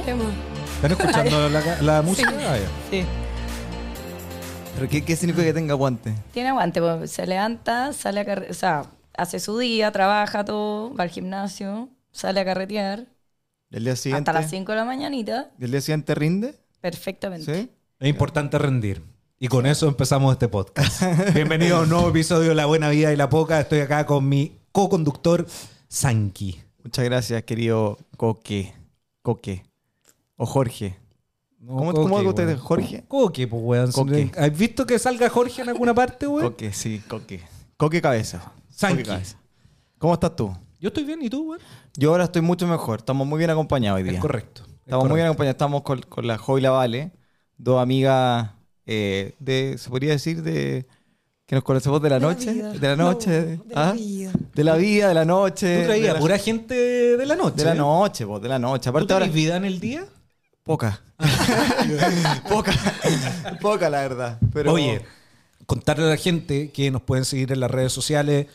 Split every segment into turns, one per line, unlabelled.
tema.
¿Están escuchando la, la música? Ah, ya.
Sí.
¿Pero qué, qué significa que tenga guante?
Tiene aguante, po. se levanta, sale a carretear, o sea, hace su día, trabaja todo, va al gimnasio, sale a carretear,
¿El día siguiente?
hasta las 5 de la mañanita,
¿El día siguiente rinde?
perfectamente.
¿Sí?
Es importante rendir. Y con eso empezamos este podcast. Bienvenido a un nuevo episodio de La Buena Vida y la Poca. Estoy acá con mi co-conductor, Sanki.
Muchas gracias, querido Coque. Coque. O Jorge. ¿Cómo, cómo algo te- Jorge?
Coque, pues, weón.
Coque.
¿Has visto que salga Jorge en alguna parte, weón?
Coque, sí, Coque. Coque Cabeza.
Sanqui.
Coque Cabeza. ¿Cómo estás tú?
Yo estoy bien, ¿y tú, weón?
Yo ahora estoy mucho mejor. Estamos muy bien acompañados hoy día.
Es correcto. es
Estamos muy bien
correcto.
acompañados. Estamos con, con la Jo y la Vale, dos amigas eh, de, se podría decir, de que nos conocemos de la noche.
vida.
De la noche.
No, de
¿ah?
la vida.
De la vida, de la noche.
Tú traías
de la,
pura gente de la noche.
de la
¿eh?
noche, vos, de la noche.
¿Tú
Aparte ahora.
traes vida en el día?
Poca. poca. Poca, la verdad. Pero,
Oye, contarle a la gente que nos pueden seguir en las redes sociales,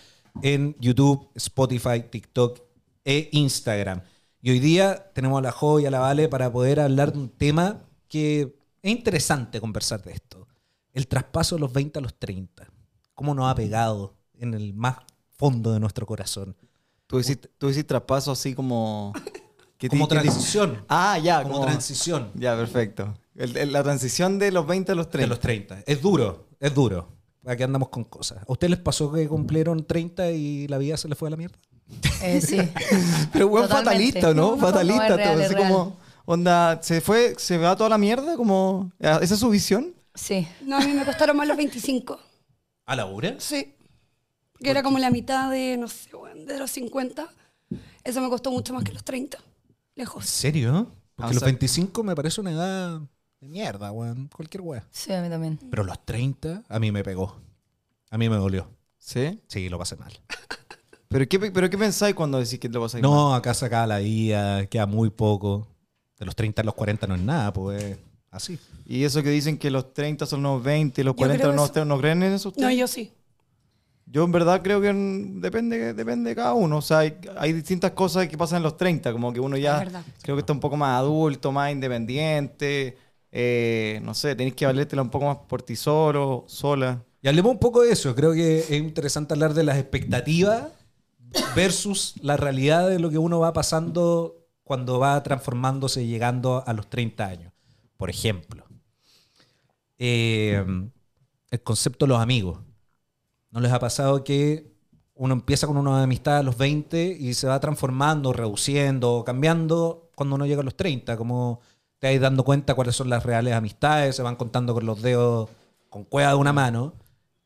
en YouTube, Spotify, TikTok e Instagram. Y hoy día tenemos a la Jo y a la Vale para poder hablar de un tema que es interesante conversar de esto. El traspaso de los 20 a los 30. ¿Cómo nos ha pegado en el más fondo de nuestro corazón?
Tú hiciste, tú hiciste traspaso así como. que
Como
ti- que ti-
transición.
Ah, ya,
Como transición
Ya, perfecto. El- el- la transición de los 20 a los
de
30.
los 30. Es duro, es duro. Aquí andamos con cosas. ¿A ustedes les pasó que cumplieron 30 y la vida se les fue a la mierda?
Eh, sí.
Pero weón
Totalmente.
fatalista, ¿no?
No, no,
fatalista
no, es real,
todo.
es
Así
real.
como, onda, se fue, se va toda la mierda, como. ¿Esa es su visión?
Sí.
No, a mí me costaron más los 25.
¿A la hora?
Sí. Que era como la mitad de, no sé, weón, de los 50. Eso me costó mucho más que los 30.
¿En
Lejos.
serio? Porque
Ah, o
los
sea-
25 me parece una edad de mierda, weón. Cualquier weón.
Sí, a mí también.
Pero los 30 a mí me pegó. A mí me dolió.
Sí.
Sí, lo pasé mal.
¿Pero qué, pero qué pensáis cuando decís que lo pasáis mal?
No, acá sacaba la vida, queda muy poco. De los 30 a los 40 no es nada, pues así.
Y eso que dicen que los 30 son los 20, los
Yo
40
creo
son los
eso.
30, ¿no creen en eso ustedes?
No, yo sí.
Yo en verdad creo que en- depende, depende de cada uno. O sea, hay, hay distintas cosas que pasan en los 30, como que uno
Es
ya
verdad.
creo que está un poco más adulto, más independiente. eh, no sé, tenés que valértela un poco más por ti solo, sola.
Y hablemos un poco de eso. Creo que es interesante hablar de las expectativas versus la realidad de lo que uno va pasando cuando va transformándose y llegando a los 30 años. Por ejemplo, eh, el concepto de los amigos. ¿No les ha pasado que uno empieza con una amistad a los 20 y se va transformando, reduciendo, cambiando cuando uno llega a los 30? Como te vais dando cuenta cuáles son las reales amistades, se van contando con los dedos, con cueva de una mano.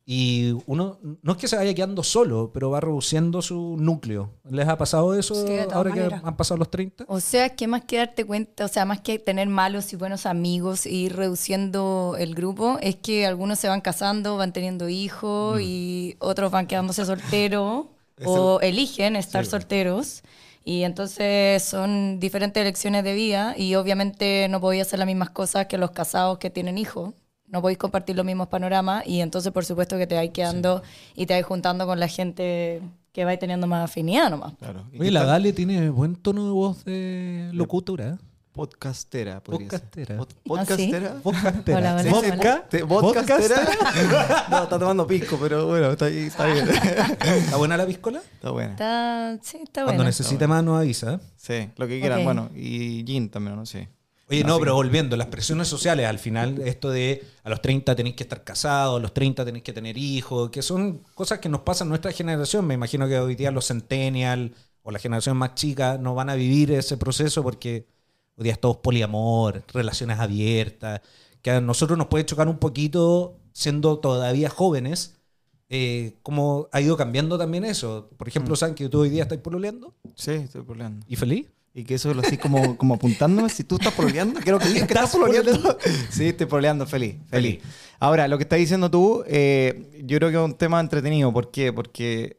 Y uno, no es que se vaya quedando solo, pero va reduciendo su núcleo. ¿Les ha pasado eso
Sí, de todas
ahora
maneras.
que han pasado los 30?
O sea, que más que darte cuenta, o sea, más que tener malos y buenos amigos y ir reduciendo el grupo, es que algunos se van casando, van teniendo hijos y otros van quedándose solteros o eligen estar solteros. Y entonces son diferentes elecciones de vida y obviamente no podéis hacer las mismas cosas que los casados que tienen hijos. No podéis compartir los mismos panoramas y entonces por supuesto que te vais quedando y te vais juntando con la gente que vais teniendo más afinidad nomás.
Claro.
Oye, la Dale tiene buen tono de voz de locutora. ¿eh?
Podcastera, podría ser.
Podcastera.
Ah,
Pod- Podcastera.
Podcastera.
Hola, hola,
Vodka.
hola.
¿Te-
Podcastera.
¿Podcastera? no, está tomando pisco, pero bueno, está, ahí- está bien.
¿Está buena la piscola?
está buena.
Está, sí, está
Cuando
bueno.
necesita más nos avisa. ¿eh?
Sí, lo que quieran.
Ok.
Bueno, y gin también, ¿no? Sí.
Oye, no, pero volviendo, las presiones sociales, al final, esto de a los 30 tenéis que estar casados, a los 30 tenéis que tener hijos, que son cosas que nos pasan a nuestra generación. Me imagino que hoy día los centennial o la generación más chica no van a vivir ese proceso porque hoy día es todo poliamor, relaciones abiertas, que a nosotros nos puede chocar un poquito siendo todavía jóvenes, eh, cómo ha ido cambiando también eso. Por ejemplo, ¿saben que tú hoy día estás pololeando
Sí, estoy pololeando.
y feliz?
Y que eso lo así como, como apuntándome. Si tú estás proleando, creo que digas que estás proleando. sí, estoy proleando, feliz, feliz. Ahora, lo que estás diciendo tú, eh, yo creo que es un tema entretenido. ¿Por qué? Porque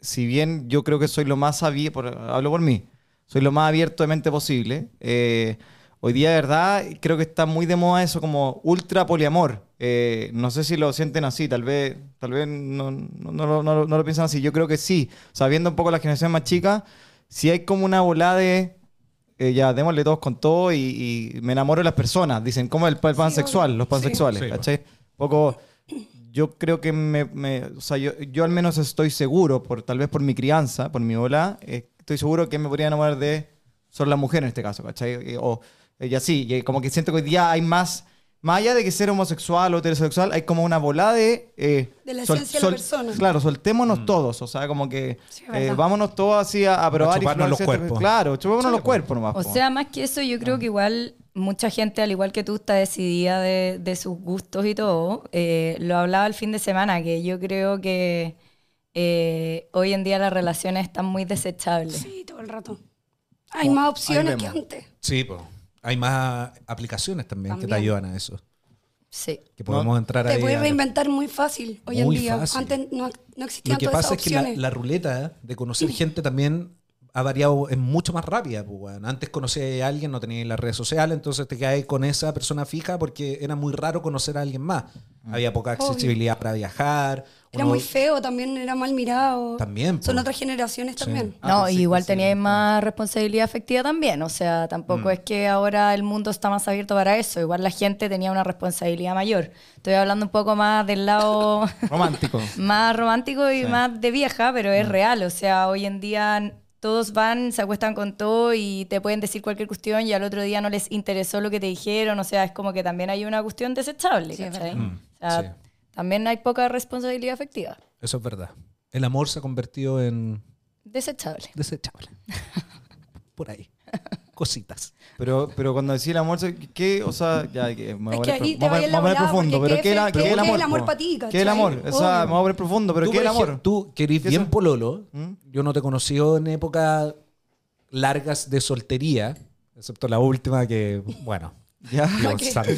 si bien yo creo que soy lo más abierto, hablo por mí, soy lo más abierto de mente posible, eh, hoy día de verdad creo que está muy de moda eso como ultra poliamor. Eh, no sé si lo sienten así, tal vez, tal vez no, no- no lo- no lo- no lo piensan así. Yo creo que sí, sabiendo un poco las generaciones más chicas, si hay como una volada de eh, ya démosle todos con todo y, y me enamoro de las personas. Dicen, ¿cómo es el, pa- el pansexual?
obvio.
Los pansexuales,
Sí. Sí,
¿cachai? poco. Yo creo que me. me- o sea, yo, yo al menos estoy seguro, por, tal vez por mi crianza, por mi ola, eh, estoy seguro que me podría enamorar de. Son las mujeres en este caso, ¿cachai? Eh, O eh, y así, y como que siento que hoy día hay más. Más allá de que ser homosexual o heterosexual, hay como una volada de. eh,
De la esencia de la persona.
Claro, soltémonos
Mm.
todos, o sea, como que.
Sí,
eh,
verdad.
vámonos todos así a, a probar. y
chuparnos los
conocer esto-
cuerpos.
Claro, chupémonos los cuerpos nomás.
O
Ah, po. Ah.
sea, más que eso, yo creo que igual mucha gente, al igual que tú, está decidida de, de sus gustos y todo. Eh, lo hablaba el fin de semana, que yo creo que eh, hoy en día las relaciones están muy desechables.
Sí, todo el rato. Hay más opciones que
vemos.
antes.
Sí, pues. Hay más aplicaciones también, que te
También.
ayudan a eso.
Sí.
Que podemos entrar
Te
ahí.
puedes
a-
reinventar muy fácil hoy
Muy
en día.
fácil.
Antes no, no existían
Lo que
todas
pasa es
esas
que la,
opciones.
la ruleta de conocer gente también ha variado, es mucho más rápida. pues, weón. Antes conocías a alguien, no tenías las redes sociales, entonces te quedabas con esa persona fija porque era muy raro conocer a alguien más. Había poca
Obvio.
accesibilidad para viajar.
Era
uno-
muy feo, también era mal mirado.
También,
Son
po.
otras generaciones también.
Ah,
No,
pues
y
sí,
igual
pues sí, Mm.
teníais más responsabilidad afectiva también, o sea, tampoco es que ahora el mundo está más abierto para eso, igual la gente tenía una responsabilidad mayor. Estoy hablando un poco más del lado
Romántico.
más romántico y más de vieja, pero es real, o sea, hoy en día n- todos van, se acuestan con todo y te pueden decir cualquier cuestión y al otro día no les interesó lo que te dijeron, o sea, es como que también hay una cuestión desechable,
Sí, es
¿cachai?
verdad.
Mm,
O sea,
sí.
también hay poca responsabilidad afectiva,
Eso es verdad. El amor se ha convertido en
desechable.
desechable. Por ahí. Cositas.
Pero, pero cuando decía el amor, ¿qué? O sea, ya, que me
Es
voy
que
a poner-
ahí te
vamos a poner-
vaya la
vamos a poner
volada,
profundo,
porque
pero ¿qué es la-
qué
qué es el
fe-
amor?
qué es el amor
po?
pa' ti,
¿Qué es el
cachai?
amor? O sea,
Obvio.
vamos a poner profundo, pero
Tú,
¿qué es el
por ejemplo,
amor?
Tú querís
¿Qué ¿Mm?
bien
son?
pololo. Yo no te conocí en épocas largas de soltería, excepto la última que, bueno,
Ya.
Dios
Ok.
santo.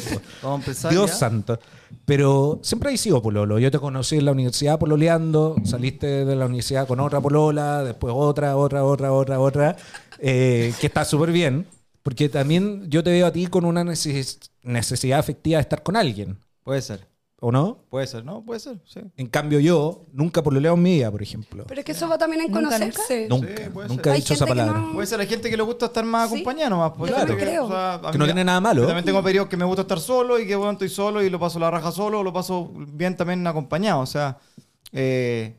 Vamos a empezar.
Dios
ya.
santo. Pero siempre hay sido pololo. Yo te conocí en la universidad pololeando, saliste de la universidad con otra polola, después otra, otra, otra, otra, otra, eh, que está súper bien. Porque también yo te veo a ti con una neces- necesidad afectiva de estar con alguien,
Puede ser,
¿o no?
puede ser, ¿no? Puede ser, sí.
En cambio yo nunca pololeo en mi vida, por ejemplo.
Pero es que eso va también en
Nunca, nunca.
conocerse.
Nunca,
Sí, puede
nunca
ser.
he
Hay
dicho esa
gente que
palabra.
no-
Puede ser la gente que le gusta estar más
Sí.
acompañada nomás. pues,
Yo
claro.
también creo.
a
Que
mí-
no tiene nada malo.
Yo también tengo periodos que me gusta estar solo y que bueno, estoy solo y lo paso la raja solo, lo paso bien también acompañado. O sea, eh,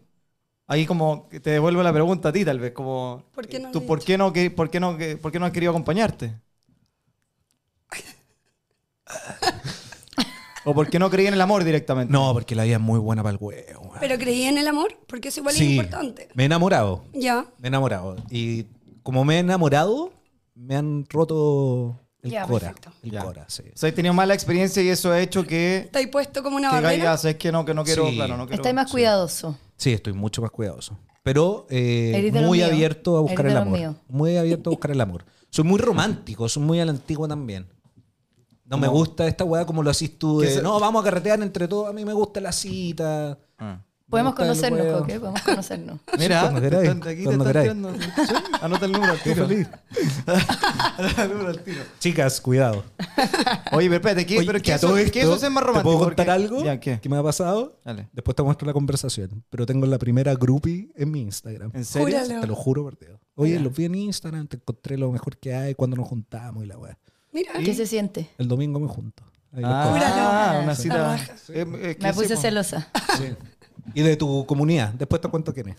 ahí como que te devuelvo la pregunta a ti tal vez, como eh,
¿Por qué no lo
tú,
he
¿por,
hecho?
qué no, que- por, qué no, que- por qué no has querido acompañarte? ¿O por qué no creí en el amor directamente?
No, porque la vida es muy buena para el huevo. weón.
Pero creí en el amor, porque eso igual es
Sí,
importante.
Me he enamorado.
Ya.
Me he enamorado. Y como me he enamorado, me han roto el
Ya,
cora.
perfecto.
El
Ya.
cora, sí.
O sea, he tenido mala experiencia y eso ha hecho que...
Está ahí puesto como una
Que
barrera.
caiga, sabes que no, que no quiero,
Sí.
claro, no quiero.
Estáis más cuidadoso.
Sí, estoy mucho más cuidadoso. Pero eh,
Eres de los
muy
míos.
abierto a buscar
Eres
el
de los
amor.
míos.
Muy abierto a buscar el amor. Soy muy romántico, soy muy a la antigua también. No me gusta esta weá como lo haces tú.
¿Qué
de,
se-
no, vamos a carretear entre todos. A mí me gusta la cita.
Ah.
Me
Podemos
gusta el
conocernos,
huevo.
Coque, podemos conocernos.
Mira,
cuando
te
queráis,
están- aquí te
cuando
están
queráis.
tirando. Sí, Anota el número al tiro. Anota el número al tiro.
Chicas, cuidado.
Oye, pero espérate, ¿qué,
Oye,
pero
que
que
a
eso,
todo
que
esto,
eso es más romántico.
¿Te puedo contar
porque-
algo
Ya, ¿qué?
que me ha pasado?
Dale.
Después te muestro la conversación. Pero tengo la primera groupie en mi Instagram.
¿En serio?
Júralo.
Te lo juro, por Dios. Oye, los vi en Instagram, te encontré lo mejor que hay cuando nos juntamos y la weá.
Mira,
¿Qué se siente?
El domingo me junto. Ahí los conozco.
Ah,
Júralo.
una cita.
Trabaja.
Eh, eh, que
Me puse
sí, po.
celosa.
Y de tu comunidad. Después te cuento quién es.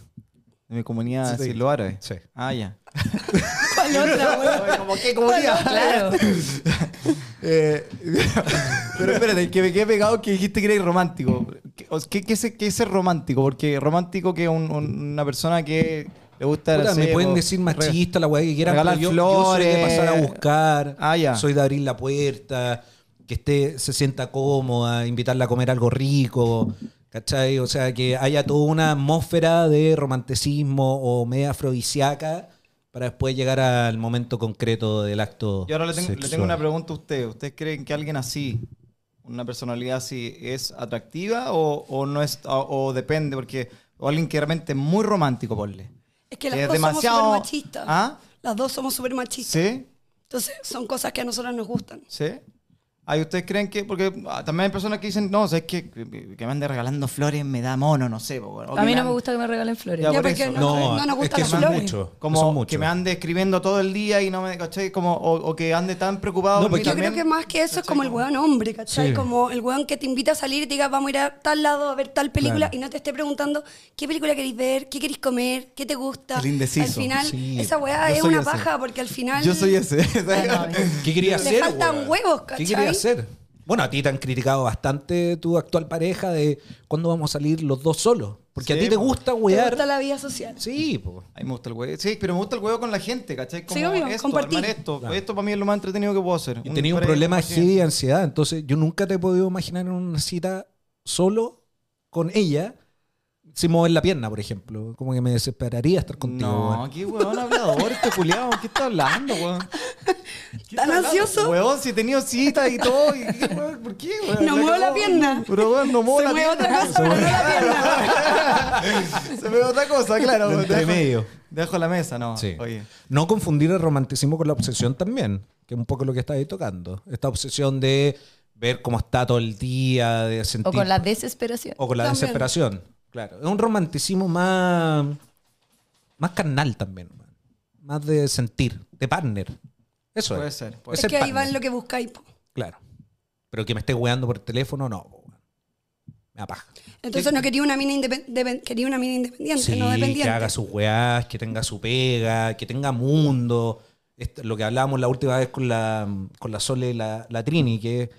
De mi comunidad
Sí, sí.
lo árabe.
Sí.
Ah, ya.
¿Cuál otra, weón?
¿Cómo qué
Claro.
Eh, pero espérate, que me quedé pegado que dijiste que eres romántico. ¿Qué, o- qué, qué, es- qué es ser romántico? Porque romántico que es un- un- una persona que le gusta...
Puta,
no
me
sé,
pueden
po,
decir
re-
machista, la weá que quieran.
regalar
pero yo, yo soy de
flores.
pasar a buscar.
Ah, ya.
Soy de abrir la puerta, que esté, se sienta cómoda, invitarla a comer algo rico. ¿Cachai? O sea, que haya toda una atmósfera de romanticismo o media afrodisíaca para después llegar al momento concreto del acto.
Yo ahora le tengo, le tengo
sexual.
una pregunta a ustedes. ¿Ustedes creen que alguien así, una personalidad así, es atractiva o, o no es, o, o depende? Porque, o alguien que realmente es muy romántico, ponle.
es que las
Es
dos
demasiado-
somos súper machistas.
¿Ah?
Las dos somos súper machistas.
¿Sí?
Entonces, son cosas que a nosotras nos gustan.
¿Sí? Ahí ustedes creen que, porque ah, también hay personas que dicen, no, o sea, es que, que que me ande regalando flores me da mono, no sé. po, o
a
que
mí
me
no me
ande-
gusta que me regalen flores.
Ya,
Ya,
por
porque
eso.
no,
No,
no nos
es
gustan
que
las
son
flores.
muchos.
Como
son muchos.
que me ande escribiendo todo el día y no me, ¿cachai? Como, o, o que ande tan preocupado.
No,
porque
porque-
Yo
también-
creo que más que eso es como el weón hombre, ¿cachai?
Sí.
Como el weón que te invita a salir y te diga, vamos a ir a tal lado a ver tal película
Claro.
y no te esté preguntando qué película queréis ver, qué queréis comer, qué te gusta.
El indeciso,
Al final,
sí.
esa weá
Yo
es
soy
una
ese.
paja porque al final.
Yo soy ese.
Ah, no, a mí-
¿Qué quería
Le
hacer?
faltan
weón?
huevos,
¿Qué
¿cachai?
quería hacer? Bueno, a ti te han criticado bastante tu actual pareja de cuándo vamos a salir los dos solos. Porque a
Sí,
ti te
po.
gusta
Te
wear.
gusta la vida social.
Sí, po.
Ay, me gusta el huevo. Sí, pero me gusta el huevo con la gente, ¿cachai? Como
Sí, obvio,
esto,
compartir.
armar esto.
Claro.
Esto para mí es lo más entretenido que puedo hacer.
Y tenía un
pareja,
problema
sí.
heavy de ansiedad. Entonces, yo nunca te he podido imaginar en una cita solo con ella sin mover la pierna, por ejemplo. Como que me desesperaría estar contigo.
No,
weón.
qué huevón hablador este culiado. ¿Qué está hablando, huevón? ¿Qué
¿Tan
está hablando?
ansioso?
Huevón, si he tenido cita y todo. y qué, huevón? ¿Por qué, huevón?
No muevo la
cagó.
pierna.
Pero, huevón, no muevo
Se
la
mueve
pierna.
otra cosa, pero no la pierna.
Se me ve otra cosa, claro.
De
huevón.
entre
Dejo-
medio.
Dejo la mesa, no.
Sí.
Oye.
No confundir el romanticismo con la obsesión también, que es un poco lo que estás ahí tocando. Esta obsesión de ver cómo está todo el día, de sentir...
O con la desesperación.
o con la
También.
desesperación. Claro. Es un romanticismo más... Más carnal también. man. Más de sentir, de partner. Eso
Puede
es.
ser, puede
Es
Es
el
que ahí va
partner.
en lo que buscáis. po.
Claro. Pero que me esté weando por teléfono, no. po, weón. Me da paja.
Entonces no quería una mina, indepen- depen- quería una mina independiente,
Sí,
no dependiente.
que haga sus weás, que tenga su pega, que tenga mundo. Esto- lo que hablábamos la última vez con la, con la Sole y la, la Trini, que es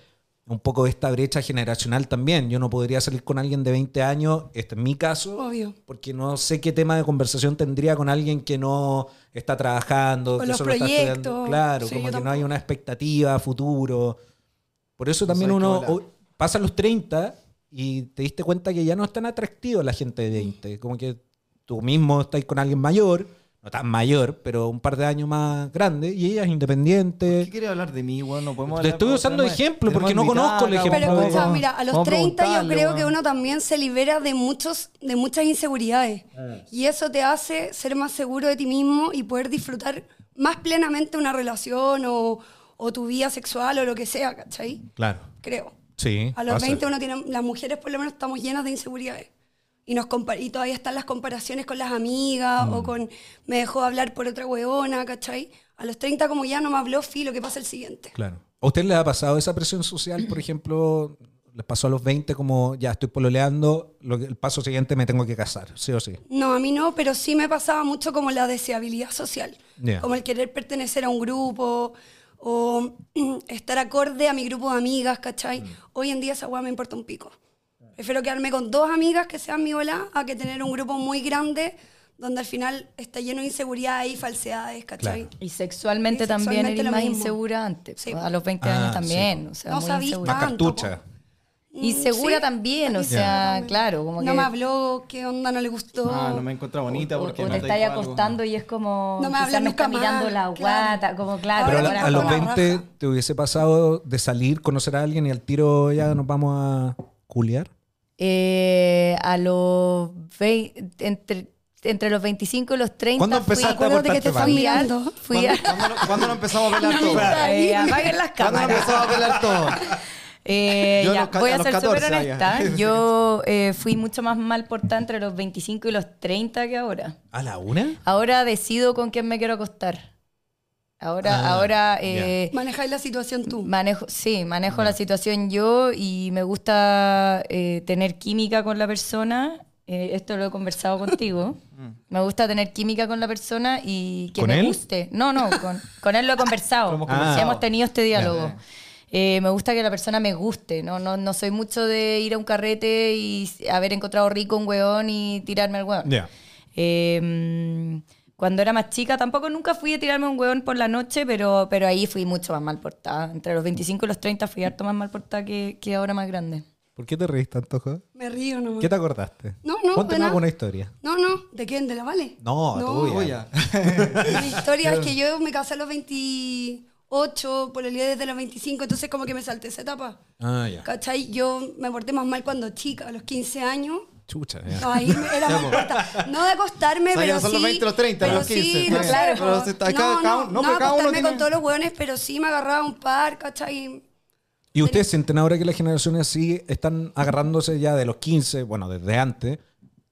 un poco esta brecha generacional también. Yo no podría salir con alguien de 20 años, este es mi caso,
Obvio.
porque no sé qué tema de conversación tendría con alguien que no está trabajando,
O
que
los
solo está
proyectos.
estudiando. Claro,
Sí,
como
yo
que no
tampoco.
hay una expectativa a futuro. Por eso también
sabes qué
uno
bola.
o- pasa los 30 y te diste cuenta que ya no es tan atractiva la gente de 20. Como que tú mismo estás con alguien mayor, no tan mayor, pero un par de años más grande, y ella es
¿Qué
independiente.
quiere hablar de mí, weón? No
Te
podemos hablar-
estoy
podemos-
usando
tenemos-
ejemplo,
tenemos
porque no conozco el
invitada,
ejemplo.
Pero
vamos a-
escucha,
vamos-
mira, a los
vamos
30 yo
preguntarle,
creo
weón.
que uno también se libera de muchos de muchas inseguridades
Ah,
y eso te hace ser más seguro de ti mismo y poder disfrutar más plenamente una relación o, o tu vida sexual o lo que sea, ¿cachai?
Claro,
Creo.
sí.
A los
pasa.
20 uno tiene, las mujeres por lo menos estamos llenas de inseguridades. Y, nos compa- y todavía están las comparaciones con las amigas
Mm.
o con me dejó hablar por otra huevona, ¿cachai? A los 30 como ya no me habló, fi, lo que pasa el siguiente.
Claro. ¿A usted les ha pasado esa presión social, por ejemplo? ¿Les pasó a los 20 como ya estoy pololeando, lo que- el paso siguiente me tengo que casar, sí o sí?
No, a mí no, pero sí me pasaba mucho como la deseabilidad social.
Ya.
Como el querer pertenecer a un grupo o estar acorde a mi grupo de amigas, ¿cachai?
Mm.
Hoy en día esa weá me importa un pico. Prefiero quedarme con dos amigas que sean mi bola a que tener un grupo muy grande donde al final está lleno de inseguridades y falsedades, ¿cachai?
Y sexualmente
Y
también
sexualmente
eres
lo
más
mismo.
insegura antes.
Sí.
pues, A los 20
Ah,
años
sí.
también. O sea,
No
muy
sabís
insegura.
Más
Tanto,
cartucha.
Y segura también, o sea, claro, como
Mm, no
que-
me habló, qué onda, no le gustó.
Ah, no me encuentra bonita
O- o-
porque
o
me
te
dijo
estáis
algo.
acostando y es como.
No me
quizás
habla nunca
está
más,
mirando la
claro.
guata, como claro.
Pero a,
Ahora
la-
ahora
a los
como-
con la
20
raja.
te hubiese pasado de salir, conocer a alguien y al tiro ya nos vamos a culiar.
Eh, a los vei- entre, entre los 25 y los 30.
¿Cuándo
fui-
empezaste a
acuérdate que
portarte
te
mal?
fui a-
¿Cuándo-
Fui a.
¿Cuándo, no- cuándo no empezamos a pelar todo?
Eh, apaguen las
¿Cuándo no
cámaras.
empezamos a pelar todo?
Eh,
Yo a
ya,
los ca-
voy
a
a
los
ser súper
14 allá.
honesta. Yo eh, fui mucho más mal portada entre los 25 y los 30 que ahora.
¿A la una?
Ahora decido con quién me quiero acostar. Ahora,
Ah,
ahora
ya.
eh,
Manejáis la situación tú.
manejo, sí, manejo la situación yo y me gusta eh, tener química con la persona. Eh, esto lo he conversado contigo. Me gusta tener química con la persona y que
¿Con
me
él?
guste. No, no, con, con él lo he conversado.
Lo hemos
Ah.
conversado.
Hemos tenido este diálogo.
Ya.
Eh, me gusta que la persona me guste, ¿no? No, no soy mucho de ir a un carrete y haber encontrado rico un weón y tirarme al weón.
Ya.
Eh, mm, cuando era más chica, tampoco nunca fui a tirarme un hueón por la noche, pero, pero ahí fui mucho más mal portada. Entre los 25 y los 30 fui harto más mal portada que, que ahora más grande.
¿Por qué te reís tanto, Jo?
Me río nomás.
¿Qué te acordaste?
No, no,
Ponte más
de nada.
alguna historia.
No, no, ¿de quién? ¿De la Vale?
No, tuya.
Tuya.
Mi historia es que yo me casé a los 28, por el día desde los 25, entonces como que me salté esa etapa.
Ah, ya.
¿Cachai? Yo me porté más mal cuando chica, a los 15 años.
Chucha, ya.
No, ahí me- era más corta. No de acostarme,
pues. O sea,
pero
ya son
sí.
los 20, los 30,
pero
los 15,
Sí,
está
no,
bien.
sé,
Claro.
como-
Pero se está-
no,
cada- cada
no,
uno- no,
no,
pero cada uno
acostarme
tiene-
con todos los hueones, pero sí me agarraba un par, ¿cachai?
¿Y ustedes sienten ahora que las generaciones sí están agarrándose ya de los 15, bueno, desde antes?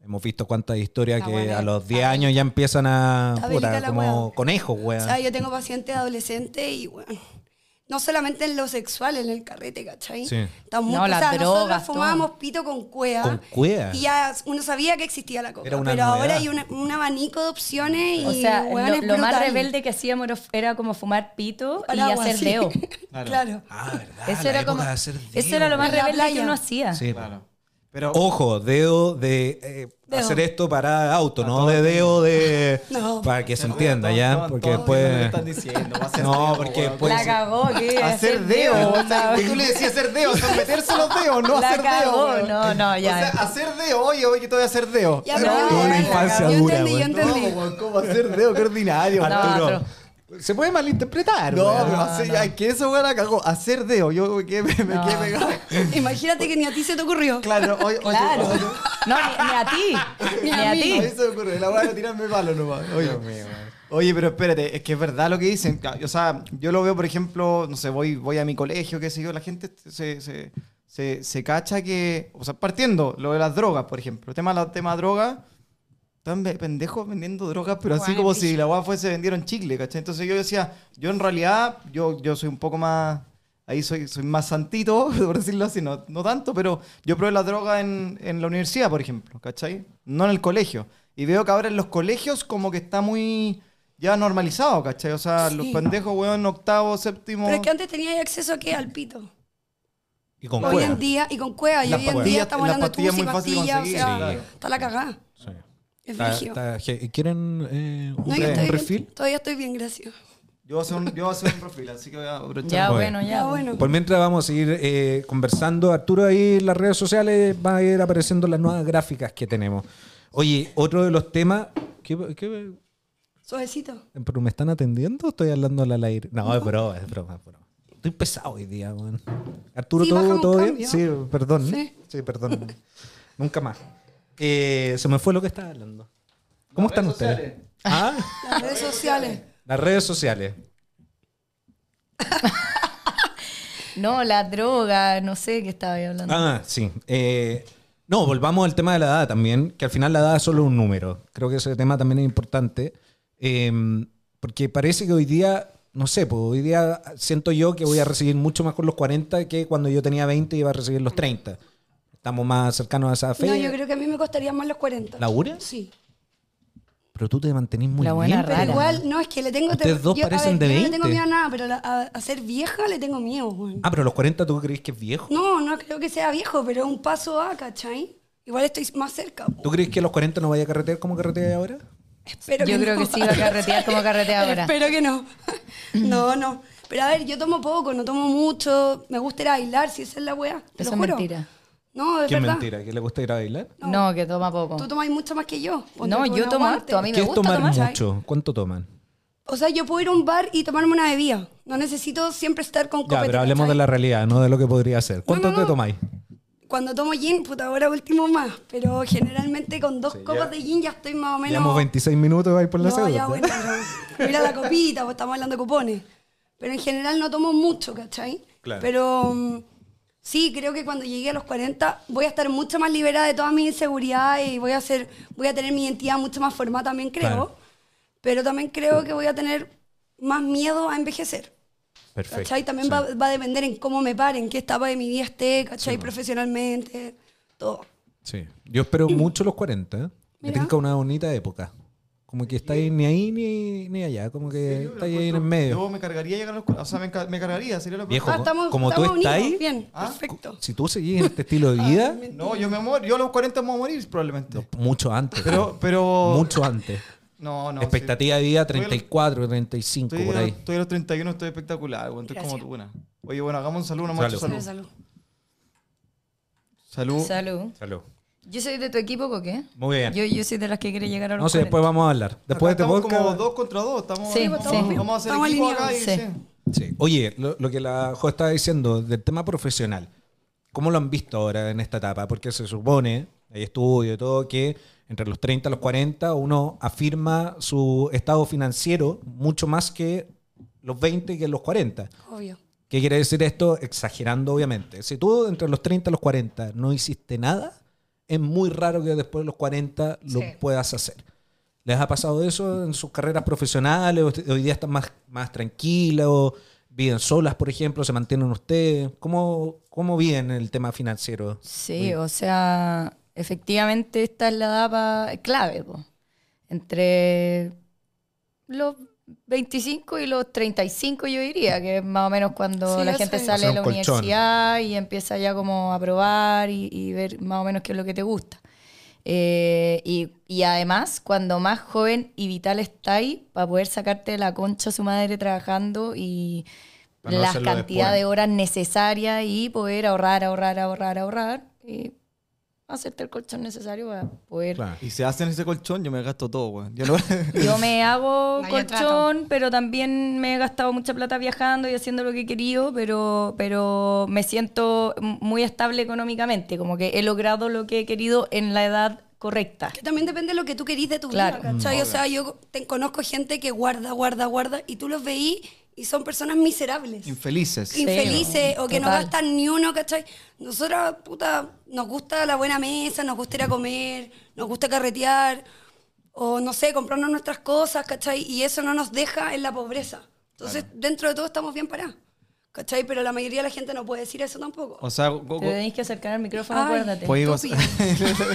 Hemos visto cuántas historias
La
que
hueá
a los
está
10 años ya empiezan a...
Está
puta,
bélica la
como
hueá.
conejos,
O sea,
weón.
yo tengo pacientes adolescentes y, bueno, no solamente en lo sexual, en el carrete, ¿cachai?
Sí.
Está muy-
No,
o
las
sea, nosotros
drogas, todo.
fumábamos pito con cuea.
Con cuea.
Y ya uno sabía que existía la coca.
Era
Pero
una
ahora
novedad.
hay una- un abanico de opciones y,
O sea,
weón,
lo,
es
lo más
brutal.
rebelde que hacíamos era- era como fumar pito
Paraguas,
y hacer
sí.
deo.
Claro.
Claro.
Ah, ¿verdad?
Eso
La
era
época
como.
de hacer
Eso era lo
dedo,
más
En la
rebelde que
playa.
uno hacía.
Sí,
Claro. Pero
Ojo, dedo de eh,
Dedo.
hacer esto para auto,
A
no
todo
de dedo de.
No.
Para que se entienda, ¿ya? Porque después.
están diciendo? va a ser
No,
feo,
porque
weón.
después-
la cagó, ¿qué?
Hacer dedo. o sea,
onda.
Tú le decías hacer dedo, o sea, meterse los dedos, no
La
hacer dedo.
cagó,
weón.
no, no, ya.
O sea, hacer dedo, oye, oye, te voy a hacer dedo.
Ya,
No,
pero yo-
tuvo una
yo
infancia
dura,
entendí,
weón.
yo entendí.
No, weón, ¿cómo hacer dedo? Qué ordinario,
No,
Arturo.
Arturo.
Se puede malinterpretar.
No,
weón.
pero hacer, ay, que eso weón la cagó. Hacer dedo, yo me quedé, me
No.
quedé pegado.
Imagínate que ni a ti se te ocurrió.
Claro, oye, oye,
Claro.
oye.
No, ni, ni a ti. Ni a
mí.
ti.
A mí se me ocurre, la weá de tirarme palo nomás. Oye. Oye, pero espérate, es que es verdad lo que dicen. Ca- O sea, yo lo veo, por ejemplo, no sé, voy, voy a mi colegio, qué sé yo, la gente se, se, se, se cacha que. O sea, partiendo, lo de las drogas, por ejemplo. Tema, la, tema droga. Están ve- pendejos vendiendo drogas, pero así
Guay,
como
picho.
si la weá fuese vendieron chicle, ¿cachai? Entonces yo decía, yo en realidad, yo, yo soy un poco más. Ahí soy, soy más santito, por decirlo así, no, no tanto, pero yo probé la droga en, en la universidad, por ejemplo, ¿cachai? No en el colegio. Y veo que ahora en los colegios como que está muy ya normalizado, ¿cachai? O sea, los
Sí.
pendejos, weón, octavo, séptimo...
Pero es que antes tenía acceso a qué? Al pito.
Y con
Hoy
cueva.
en día, y con cuea, y
Las
hoy en
pastillas-
día estamos
las
hablando de
pastillas
tus y
muy fácil de
pastillas, o sea,
conseguir,
está la cagada.
Sí.
Es
Está-
brígido.
está- je- ¿Quieren eh, un,
No,
re-
yo
un
estoy
refill?
bien, todavía estoy bien, gracias.
Ah,
Yo voy a hacer un, yo voy a hacer un perfil, así que voy a aprovechar.
Ya,
Bueno.
bueno, ya.
Ya, Ah, bueno.
Por mientras vamos a seguir eh, conversando, Arturo, ahí en las redes sociales van a ir apareciendo las nuevas gráficas que tenemos. Oye, otro de los temas. ¿Qué, qué-
Suavecito.
pero me están atendiendo o estoy hablando al aire? No, es broma, es broma, es broma. Estoy pesado hoy día, weón. Arturo,
Sí,
¿todo,
bajamos
todo bien?
cambio.
Sí, perdón. ¿eh? Sí,
Sí.
perdón. Nunca más. Eh, se me fue lo que estaba hablando. ¿Cómo
Las
están
redes
ustedes?
sociales.
¿Ah?
Las redes sociales.
Las redes sociales.
No, la droga, no sé qué estaba yo hablando.
Ah, sí. Eh, no, volvamos al tema de la edad también, que al final la edad es solo un número. Creo que ese tema también es importante, eh, porque parece que hoy día, no sé, pues, hoy día siento yo que voy a recibir mucho más con los 40 que cuando yo tenía 20 iba a recibir los 30. Estamos más cercanos a esa fe.
No, yo creo que a mí me costaría más los 40.
¿La Ura?
Sí.
Pero tú te mantenís muy
La buena
bien.
Pero
Rara.
igual, no, es que le tengo...
Ustedes dos
yo- a
parecen de
yo No le tengo
20.
miedo a nada, pero la- a, a ser vieja le tengo miedo, weón.
Ah, pero los 40 tú crees que es viejo.
No, no creo que sea viejo, pero es un paso a, ¿cachai? Igual estoy más cerca. weón.
¿Tú crees que a los 40 no vaya a carretear como carretea ahora?
Espero
Yo
que
creo
no.
que sí va a carretear como carretea ahora.
Espero que no. No, no. Pero a ver, yo tomo poco, no tomo mucho. Me gusta ir a bailar, si esa es la weá. Te
Eso
lo
es
juro.
mentira.
No, es
¿Qué
verdad.
mentira? ¿Que le gusta ir a bailar?
No, que toma poco.
Tú tomas mucho más que yo. Ponte
No,
tú
yo
un
tomo
aguante.
harto. A mí
¿Qué
me
es
gusta
tomar,
tomar.
mucho? ¿Cuánto toman?
O sea, yo puedo ir a un bar y tomarme una bebida. No necesito siempre estar con
Ya,
copete.
pero hablemos de
¿cachai?
la realidad, no de lo que podría ser. ¿Cuánto
no, no.
te tomáis?
Cuando tomo gin, puta, ahora último más. Pero generalmente con dos copas de gin ya estoy más o menos...
Llevamos 26 minutos ahí por la ¿eh?
no, ya bueno, pero mira la copita, pues estamos hablando de cupones. Pero en general no tomo mucho, ¿cachai?
Claro.
Pero mm, sí, creo que cuando llegue a los 40 voy a estar mucho más liberada de todas mis inseguridades y voy a, ser, voy a tener mi identidad mucho más formada también, creo.
Claro.
Pero también creo que voy a tener más miedo a envejecer.
Perfecto.
¿Cachai? También
sí.
va, va a depender en cómo me pare, en qué etapa de mi vida esté, ¿cachai? Profesionalmente, todo.
Sí. Yo espero mucho los 40. ¿eh? Me
Mm. Mira.
tinca una bonita época. Como que estáis ni ahí ni, ni allá. Como que estáis ahí en el medio.
Yo me cargaría llegar a los... cu- O sea, me, enca- me cargaría, sería la
Viejo.
Ah, estamos,
como tú
estamos unidos.
estás ahí,
Bien,
ah,
perfecto. Ah,
Si tú seguís en este estilo de vida,
No, yo me muero. Yo a los 40 me voy a morir probablemente.
mucho antes.
Pero, pero...
mucho antes.
No, no. sí.
Expectativa de vida 34, 35,
Estoy,
por
a-
ahí.
estoy a los 31, estoy espectacular, güey. Estoy como
Gracias.
tú, buena. Oye, bueno, hagamos un saludo, una mucho
Salud.
salud.
Salud.
Salud.
Salud.
Salud.
Yo soy de tu equipo, Coque.
Muy bien.
Yo, yo soy de las que quiere llegar a los
No sé, después
40.
vamos a hablar. Después
Acá
de este
estamos
podcast-
como dos contra dos. Estamos,
Sí,
vamos,
sí.
vamos a hacer
Estamos
equipo
alineados,
acá y
sí.
sí.
Sí. Oye, lo, lo que la Jo estaba diciendo del tema profesional, ¿cómo lo han visto ahora en esta etapa? Porque se supone, hay estudio y todo, que entre los 30 y los 40 uno afirma su estado financiero mucho más que los 20 y que los 40.
Obvio.
¿Qué quiere decir esto? Exagerando, obviamente. Si tú entre los 30 y los 40 no hiciste nada, es muy raro que después de los 40 lo
Sí.
puedas hacer. ¿Les ha pasado eso en sus carreras profesionales? ¿O ¿Hoy día están más, más tranquilos? ¿Viven solas, por ejemplo? ¿Se mantienen ustedes? ¿Cómo, cómo viven el tema financiero?
Sí, o sea, efectivamente esta es la edad pa- clave, po. entre los 25 y los 35 yo diría, que es más o menos cuando
Sí,
la
eso
gente
es.
sale
O sea,
de la
un colchón.
universidad y empieza ya como a probar y, y ver más o menos qué es lo que te gusta. Eh, y, y además, cuando más joven y vital estáis, para poder sacarte de la concha a su madre trabajando y
Para no
la
hacerlo
cantidad
después.
de horas necesarias y poder ahorrar, ahorrar, ahorrar, ahorrar y hacerte el colchón necesario para poder...
Claro.
Y se hacen ese colchón, yo me gasto todo, weón. Yo no...
Yo me hago
No, yo
colchón, pero también me he gastado mucha plata viajando y haciendo lo que he querido, pero, pero me siento m- muy estable económicamente, como que he logrado lo que he querido en la edad correcta.
Que también depende de lo que tú querís de tu
Claro.
vida, ¿cachai? O sea, yo te- conozco gente que guarda, guarda, guarda, y tú los veís y son personas miserables.
Infelices.
infelices
no,
o que no
total.
gastan ni uno, ¿cachai? Nosotras, puta, nos gusta la buena mesa, nos gusta ir a comer, nos gusta carretear, o no sé, comprarnos nuestras cosas, ¿cachai? Y eso no nos deja en la pobreza. Entonces, dentro de todo estamos bien parados, ¿cachai? Pero la mayoría de la gente no puede decir eso tampoco.
O sea, go- go-
Te tenéis que acercar al micrófono,
Ay.
acuérdate.
Pues digo-
estúpido.